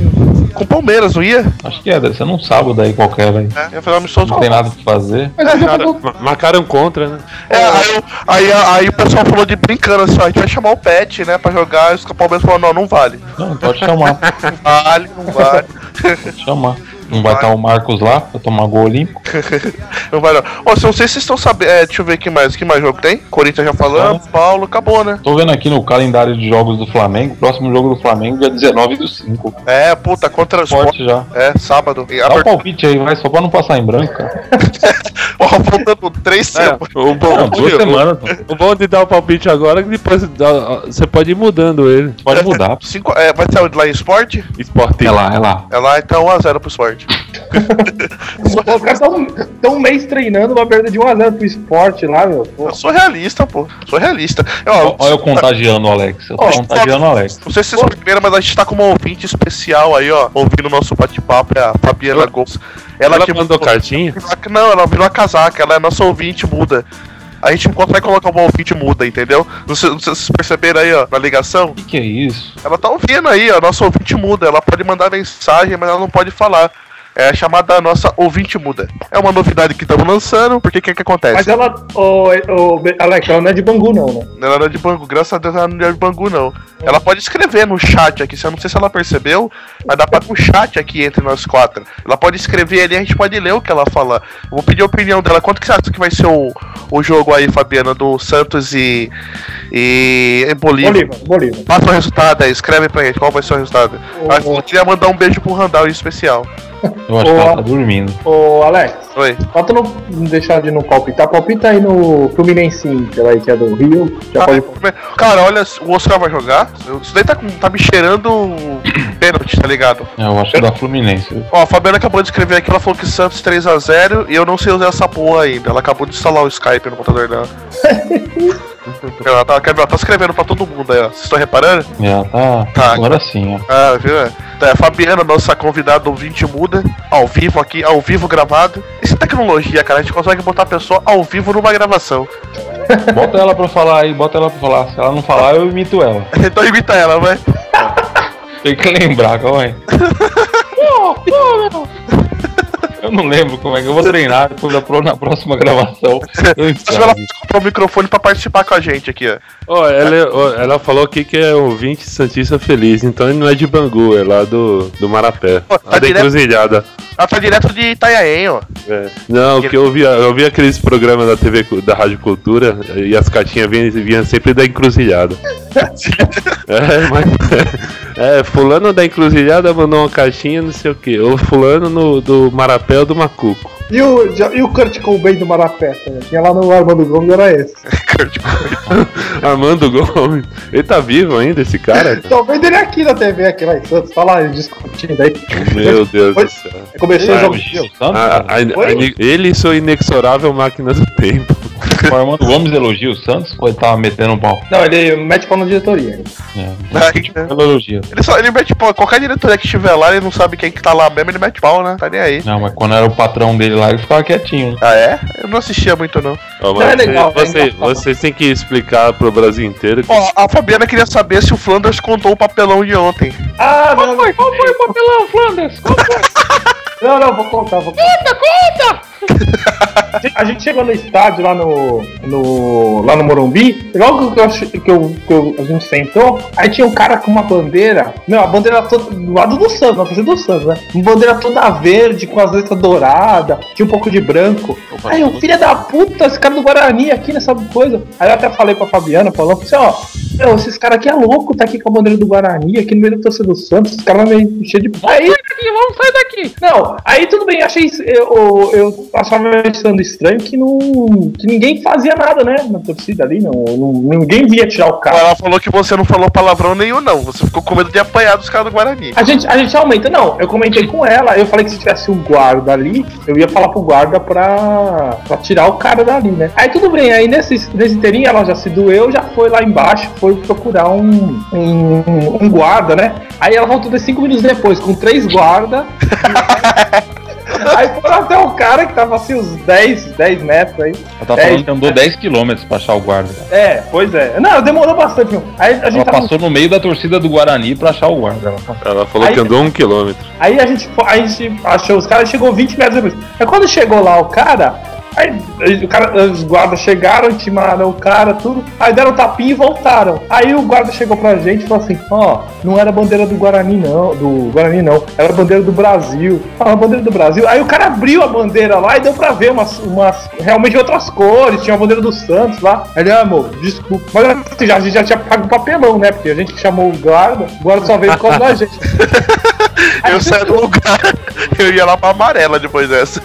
[SPEAKER 2] com o Palmeiras, não ia?
[SPEAKER 5] Acho que é, deve ser num sábado aí qualquer, velho.
[SPEAKER 2] É, ia fazer um amistoso
[SPEAKER 5] Não
[SPEAKER 2] com.
[SPEAKER 5] tem nada pra fazer.
[SPEAKER 4] Cara, ma- marcaram contra, né?
[SPEAKER 2] É, aí, o- aí, aí o pessoal falou de brincando assim, ó, a gente vai chamar o Pet, né, pra jogar, e os Palmeiras falaram, não, não vale.
[SPEAKER 5] Não, pode chamar, pode
[SPEAKER 2] Não vale, não vale.
[SPEAKER 5] chamar. Não vai estar o Marcos lá pra tomar gol olímpico.
[SPEAKER 2] Não vai não. Ó, se não sei se vocês estão sabendo. É, deixa eu ver que mais. Que mais jogo tem? Corinthians já falamos, Paulo, acabou, né?
[SPEAKER 5] Tô vendo aqui no calendário de jogos do Flamengo. Próximo jogo do Flamengo dia 19 do 5.
[SPEAKER 2] É, puta, contra o Sport.
[SPEAKER 5] Forte já.
[SPEAKER 2] É, sábado. E
[SPEAKER 5] Dá o
[SPEAKER 2] abertura.
[SPEAKER 5] palpite aí, vai, só pra não passar em branco, cara.
[SPEAKER 2] Ó, faltando três tempos.
[SPEAKER 4] o, bom,
[SPEAKER 5] Não, duas semanas, pô.
[SPEAKER 4] o bom de dar o palpite agora é que depois dá- você pode ir mudando ele.
[SPEAKER 5] pode mudar.
[SPEAKER 2] Cinco, é, vai ser lá em Sport?
[SPEAKER 4] Esporte.
[SPEAKER 5] É lá, é lá.
[SPEAKER 2] É lá, então 1x0 pro Sport.
[SPEAKER 6] Pô, Os caras estão um mês treinando uma perda de 1x0 pro esporte lá, meu. Pô.
[SPEAKER 2] Eu sou realista, pô. Sou realista. Ó,
[SPEAKER 5] Olha eu contagiando o Alex. Eu tô
[SPEAKER 2] Ó,
[SPEAKER 5] contagiando o Alex.
[SPEAKER 2] Não sei se vocês perceberam, mas a gente tá com uma ouvinte especial aí, ó. Ouvindo o nosso bate-papo, é a Fabiana Gomes. Ela,
[SPEAKER 4] Ela
[SPEAKER 2] que
[SPEAKER 4] mandou cartinha?
[SPEAKER 2] Não, ela virou a casaca, ela é nossa ouvinte muda. A gente consegue colocar uma ouvinte muda, entendeu? Não sei, não sei se vocês perceberam aí, ó, na ligação.
[SPEAKER 5] O que, que é isso?
[SPEAKER 2] Ela tá ouvindo aí, ó, nossa ouvinte muda. Ela pode mandar mensagem, mas ela não pode falar. É a chamada nossa ouvinte muda. É uma novidade que estamos lançando, porque o que, que acontece?
[SPEAKER 6] Mas ela. Ô, ô, Be- Alex, ela não é de Bangu, não, né?
[SPEAKER 2] Ela não é de Bangu, graças a Deus ela não é de Bangu, não. Ela pode escrever no chat aqui, se eu não sei se ela percebeu, mas dá pra ter um chat aqui entre nós quatro. Ela pode escrever ali, a gente pode ler o que ela fala. Eu vou pedir a opinião dela. Quanto que você acha que vai ser o, o jogo aí, Fabiana, do Santos e. e. e Bolívia?
[SPEAKER 6] Bolívar, Bolívar.
[SPEAKER 2] Passa o resultado aí, escreve pra gente qual vai ser o resultado. Mas eu queria mandar um beijo pro Randall em especial.
[SPEAKER 5] Eu acho que
[SPEAKER 6] Boa.
[SPEAKER 5] ela tá dormindo.
[SPEAKER 6] Ô, Alex,
[SPEAKER 2] Oi.
[SPEAKER 6] pra tu não não deixar de não palpitar, palpita aí no Fluminense, pela aí que é do Rio.
[SPEAKER 3] Ah,
[SPEAKER 6] Já pode
[SPEAKER 2] Cara, olha, o Oscar vai jogar. Isso daí tá, com- tá me cheirando pênalti, tá ligado?
[SPEAKER 5] É, Eu acho que é da Fluminense.
[SPEAKER 2] Ó, a Fabiana acabou de escrever aqui, ela falou que Santos 3x0 e eu não sei usar essa porra ainda. Ela acabou de instalar o Skype no computador dela. ela, tá, quer ver, ela tá escrevendo pra todo mundo aí, ó. Vocês estão reparando?
[SPEAKER 5] Já tá.
[SPEAKER 2] Tá.
[SPEAKER 5] Agora sim, ó.
[SPEAKER 2] Ah, viu? é? Tá, a Fabiana, nossa convidada ouvinte muda, ao vivo aqui, ao vivo gravado. Isso é tecnologia, cara. A gente consegue botar a pessoa ao vivo numa gravação.
[SPEAKER 5] Bota ela pra falar aí, bota ela pra falar. Se ela não falar, eu imito ela.
[SPEAKER 2] Então imita ela, vai.
[SPEAKER 5] Tem que lembrar, calma aí. Eu não lembro como é que eu vou treinar depois da pro- na próxima gravação. Eu
[SPEAKER 2] Mas ela
[SPEAKER 5] ensaio.
[SPEAKER 2] comprou o microfone pra participar com a gente aqui, ó.
[SPEAKER 4] Ó, ela, ó, ela falou aqui que é ouvinte Santista Feliz, então ele não é de Bangu, é lá do, do Marapé.
[SPEAKER 2] Pô, tá
[SPEAKER 4] lá da
[SPEAKER 2] direto-
[SPEAKER 4] encruzilhada.
[SPEAKER 2] Ela tá direto de Itanhaém, ó.
[SPEAKER 4] É. Não, porque eu via, eu via aqueles programas da TV, cu- da Rádio Cultura, e as caixinhas vinham, vinham sempre da encruzilhada. é, mas. É, fulano da encruzilhada mandou uma caixinha, não sei o quê. Ou fulano no- do Marapé ou do Macuco.
[SPEAKER 3] E o, já- e o Kurt Cobain do Marapé também? Tinha lá no Armando Gomes, era esse.
[SPEAKER 4] Armando Gomes. Ele tá vivo ainda, esse cara? então.
[SPEAKER 3] Tô vendo ele aqui na TV, aqui lá em Santos, tá lá discutindo aí.
[SPEAKER 4] Meu Deus
[SPEAKER 3] Oi?
[SPEAKER 4] do céu. Ah,
[SPEAKER 3] Comecei o jogo.
[SPEAKER 5] Elogia o Santos?
[SPEAKER 6] Ah,
[SPEAKER 4] A- a- a- ele e sua inexorável máquina do tempo.
[SPEAKER 5] O Armando Gomes elogia o Santos ou ele tava metendo um pau?
[SPEAKER 6] Não, ele mete pau na diretoria.
[SPEAKER 5] É.
[SPEAKER 6] né?
[SPEAKER 2] Aí,
[SPEAKER 5] Ela elogia.
[SPEAKER 2] Ele, só, ele mete pau. Qualquer diretoria que estiver lá, ele não sabe quem que tá lá mesmo, ele mete pau, né? Tá nem aí.
[SPEAKER 5] Não, mas quando era o patrão dele lá, ele ficava quietinho. né?
[SPEAKER 2] Ah, é? Eu não assistia muito, não.
[SPEAKER 4] Ó,
[SPEAKER 6] Não, é
[SPEAKER 4] mas
[SPEAKER 6] legal, é
[SPEAKER 4] você- vocês têm que explicar pro Brasil inteiro que
[SPEAKER 2] Ó, a Fabiana queria saber se o Flanders contou o papelão de ontem.
[SPEAKER 6] Ah, não, não,
[SPEAKER 5] Qual foi o papelão, Flanders?
[SPEAKER 6] não, não, vou contar, vou contar. Conta, conta! A gente chegou no estádio lá no. no lá no Morumbi, e logo que, eu, che- que, eu, que eu- a gente sentou, aí tinha um cara com uma bandeira. Meu, a bandeira toda. Do lado do Santos, na frente do Santos, né? Uma bandeira toda verde, com as letras douradas, tinha um pouco de branco. Aí o filho da puta, esse cara do Guarani aqui nessa coisa. Aí eu até falei pra Fabiana, falou assim, ó, meu, esses caras aqui é louco, tá aqui com a bandeira do Guarani, aqui no meio da torcida do Santos, os caras meio cheio de. Aí vamos sair daqui. Não, aí tudo bem, achei. Eu, eu achava achando estranho que, não, que ninguém fazia nada, né? Na torcida ali, não, não- ninguém via tirar o carro.
[SPEAKER 2] Ela falou que você não falou palavrão nenhum, não. Você ficou com medo de apanhar dos caras do Guarani.
[SPEAKER 6] A gente, a gente aumenta, não. Eu comentei com ela, eu falei que se tivesse um guarda ali, eu ia falar pro guarda pra, pra tirar o cara dali, né? Aí tudo bem, aí nesse, nesse inteirinho ela já se doeu, já foi lá embaixo, foi procurar um, um, um guarda, né? Aí ela voltou de cinco minutos depois, com três guardas. aí foram até o cara que tava assim, uns 10, 10 metros aí.
[SPEAKER 5] Ela tá
[SPEAKER 6] É,
[SPEAKER 5] falando que andou 10km pra achar o guarda.
[SPEAKER 6] É, pois é. Não, demorou bastante, meu. Aí a gente
[SPEAKER 5] Ela
[SPEAKER 6] tava
[SPEAKER 5] passou no meio da torcida do Guarani pra achar o guarda. Ela tá-
[SPEAKER 4] ela falou
[SPEAKER 6] Aí-
[SPEAKER 4] que andou um quilômetro.
[SPEAKER 6] Aí a gente, a gente achou os caras, chegou 20 metros depois. Aí quando chegou lá o cara, aí aí o cara- os guardas chegaram, intimaram o cara, tudo. Aí deram um tapinha e voltaram. Aí o guarda chegou pra gente e falou assim: Ó, não era bandeira do Guarani, não, do Guarani não, era bandeira do Brasil. Fala, bandeira do Brasil. Aí o cara abriu a bandeira lá e deu pra ver umas, umas realmente outras cores, tinha a bandeira do Santos lá. Aí Ele, ah, amor, desculpa. Mas assim, já- a gente já tinha pago o papelão, né? Porque a gente que chamou o guarda, o guarda só veio por causa da gente. Aí
[SPEAKER 2] Eu saí do lugar, eu ia lá pra amarela depois dessa.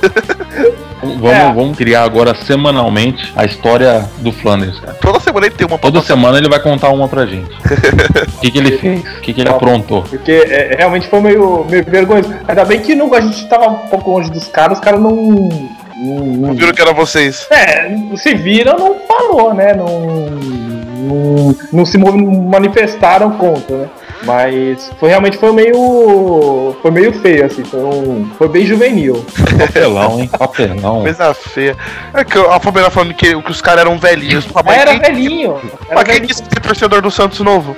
[SPEAKER 5] Vamos,
[SPEAKER 6] É.
[SPEAKER 5] vamos criar agora semanalmente a história do Flanders, cara.
[SPEAKER 2] Toda semana ele tem uma
[SPEAKER 5] Toda
[SPEAKER 2] pra
[SPEAKER 5] semana ele vai contar uma pra gente. O que, que ele fez? O que, que ele aprontou?
[SPEAKER 6] Porque é, realmente foi meio, meio vergonhoso. Ainda bem que não, a gente tava um pouco longe dos caras, os caras não. não- não-
[SPEAKER 2] Viram que era vocês.
[SPEAKER 6] é, se viram, não falou, né? Não, não, não se mov- não manifestaram contra, né? Mas foi, realmente foi meio. Foi meio feio, assim. Foi, um- foi bem juvenil.
[SPEAKER 5] Papelão, hein? Papelão.
[SPEAKER 2] Coisa feia. É que a Fabiana falando que, que os caras eram velhinhos. Pra mãe,
[SPEAKER 6] Era
[SPEAKER 2] quem-
[SPEAKER 6] velhinho. Era
[SPEAKER 2] Pra quem
[SPEAKER 6] velhinho.
[SPEAKER 2] disse que é torcedor do Santos novo?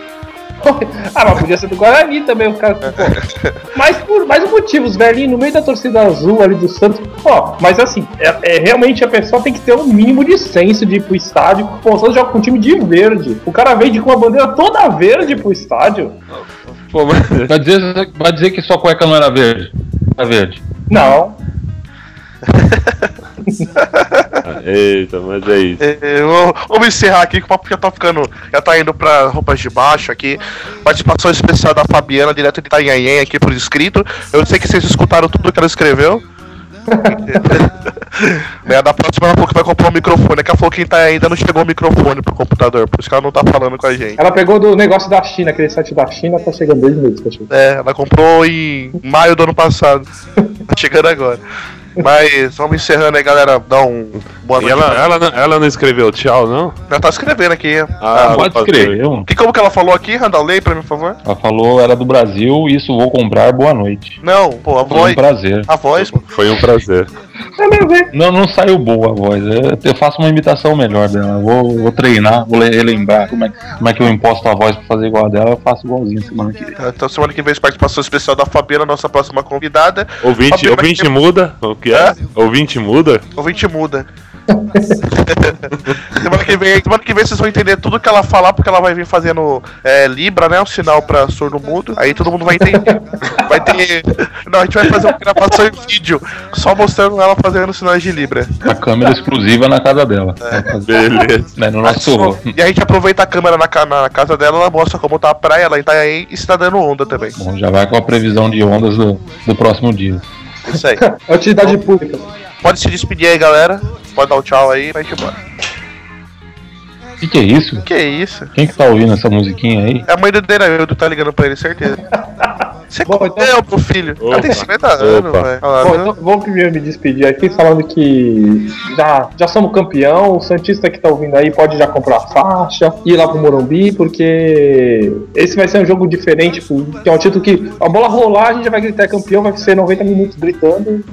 [SPEAKER 6] ah, mas podia ser do Guarani também, o cara. Pô. Mas por mais um motivo, os velhinhos no meio da torcida azul ali do Santos. Pô, mas assim, é, é, realmente a pessoa tem que ter um mínimo de senso de ir pro estádio. Pô, o Santos joga com um time de verde. O cara vende com uma bandeira toda verde pro estádio.
[SPEAKER 4] Pô, mas...
[SPEAKER 5] Vai dizer, vai dizer que sua cueca não era verde. Era verde.
[SPEAKER 6] Não.
[SPEAKER 4] Eita, mas é isso.
[SPEAKER 2] É, eu- vamos encerrar aqui que o papo já tá ficando. Já tá indo pra roupas de baixo aqui. Participação especial da Fabiana, direto de Itanhaém, aqui por escrito. Eu sei que vocês escutaram tudo que ela escreveu. né, da próxima ela falou que vai comprar um microfone. É que ela falou que em Itanhaém ainda não chegou o microfone pro computador, por isso que ela não tá falando com a gente.
[SPEAKER 6] Ela pegou do negócio da China, aquele site da China, tá chegando dois meses, tá chegando.
[SPEAKER 2] É, ela comprou em maio do ano passado. tá chegando agora. Mas vamos encerrando aí, galera. Dá um boa
[SPEAKER 4] E
[SPEAKER 2] noite.
[SPEAKER 4] ela, ela, não- ela não escreveu tchau, não?
[SPEAKER 2] Ela tá escrevendo aqui.
[SPEAKER 4] Ah,
[SPEAKER 5] pode
[SPEAKER 4] fazer.
[SPEAKER 5] escrever. mano.
[SPEAKER 2] Que como que ela falou aqui, Randall? Leia pra mim, por favor.
[SPEAKER 5] Ela falou, era do Brasil, isso vou comprar, boa noite.
[SPEAKER 2] Não, pô, a
[SPEAKER 5] Foi um
[SPEAKER 2] voz.
[SPEAKER 5] prazer.
[SPEAKER 2] A voz, pô.
[SPEAKER 4] Foi um prazer.
[SPEAKER 5] Não, não saiu boa a voz. Eu- Eu faço uma imitação melhor dela. Vou, vou treinar, vou le- relembrar como é, como é que eu imposto a voz pra fazer igual a dela. Eu faço igualzinho semana que vem.
[SPEAKER 2] Então semana que vem participação especial da Fabiana, nossa próxima convidada.
[SPEAKER 4] Ouvinte,
[SPEAKER 2] Fabiana,
[SPEAKER 4] ouvinte muda? O que é?
[SPEAKER 2] Hã?
[SPEAKER 4] Ouvinte muda?
[SPEAKER 2] Ouvinte muda. semana, que vem, semana que vem vocês vão entender tudo que ela falar, porque ela vai vir fazendo é, Libra, né? Um sinal pra surdo mudo. Aí todo mundo vai entender. Vai ter. Não, a gente vai fazer uma gravação em vídeo, só mostrando ela fazendo sinais de Libra.
[SPEAKER 5] A câmera exclusiva na casa dela.
[SPEAKER 4] É. Beleza.
[SPEAKER 5] Né, no nosso
[SPEAKER 2] E a gente aproveita a câmera na, ca- na casa dela, ela mostra como tá a praia, ela tá aí e se tá dando onda também.
[SPEAKER 5] Bom, já vai com a previsão de ondas do, do próximo dia.
[SPEAKER 2] Isso aí.
[SPEAKER 6] É utilidade pública.
[SPEAKER 2] Pode se despedir aí, galera. Pode dar o tchau aí, vai embora.
[SPEAKER 5] O que, que é isso?
[SPEAKER 2] Que isso?
[SPEAKER 5] Quem que tá ouvindo essa musiquinha aí?
[SPEAKER 2] É a mãe do Denaildo tá ligando pra ele, certeza. Você
[SPEAKER 6] Bom,
[SPEAKER 2] comeu,
[SPEAKER 6] então-
[SPEAKER 2] meu filho. Ela tem
[SPEAKER 4] Opa.
[SPEAKER 2] 50 anos,
[SPEAKER 4] Opa.
[SPEAKER 2] velho. Olha lá,
[SPEAKER 6] Bom,
[SPEAKER 2] viu?
[SPEAKER 6] então vamos primeiro me despedir aqui falando que já, já somos campeão. O Santista que tá ouvindo aí pode já comprar a faixa, ir lá pro Morumbi, porque esse vai ser um jogo diferente. tipo, Que é um título que a bola rolar, a gente já vai gritar é campeão, vai ser 90 minutos gritando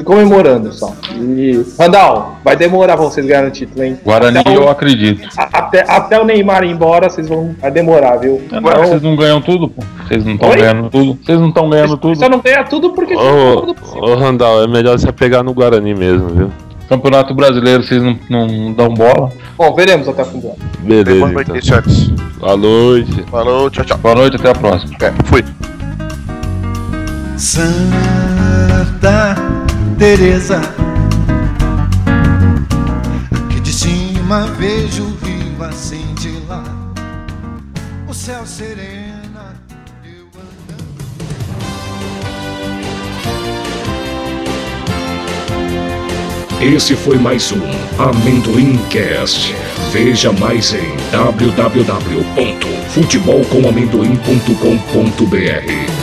[SPEAKER 6] e comemorando só. E, Randall, vai demorar pra vocês ganharem o título, hein?
[SPEAKER 5] Guarani,
[SPEAKER 6] Não.
[SPEAKER 5] eu acredito.
[SPEAKER 6] A- Até, até o Neymar ir embora, vocês vão. Vai demorar, viu? Então,
[SPEAKER 5] Agora vocês não ganham tudo, pô. Vocês não estão
[SPEAKER 6] Oi?
[SPEAKER 5] ganhando tudo. Vocês não estão ganhando tudo.
[SPEAKER 6] Só não ganha tudo porque.
[SPEAKER 4] Ô, ô, Randall, é melhor você pegar no Guarani mesmo, viu?
[SPEAKER 5] Campeonato brasileiro, vocês não, não dão bola.
[SPEAKER 6] Bom, veremos até o fim do ano.
[SPEAKER 2] Tem boa
[SPEAKER 4] Beleza,
[SPEAKER 2] noite,
[SPEAKER 4] então.
[SPEAKER 2] aí, senhores.
[SPEAKER 4] Boa noite.
[SPEAKER 2] Falou, tchau, tchau.
[SPEAKER 5] Boa noite, até a próxima.
[SPEAKER 2] É, fui.
[SPEAKER 7] Santa Teresa. Que de cima vejo o rio a cintilar, o céu serena. eu andando.
[SPEAKER 1] Esse foi mais um Amendoimcast. Veja mais em www.futebolcomamendoim.com.br.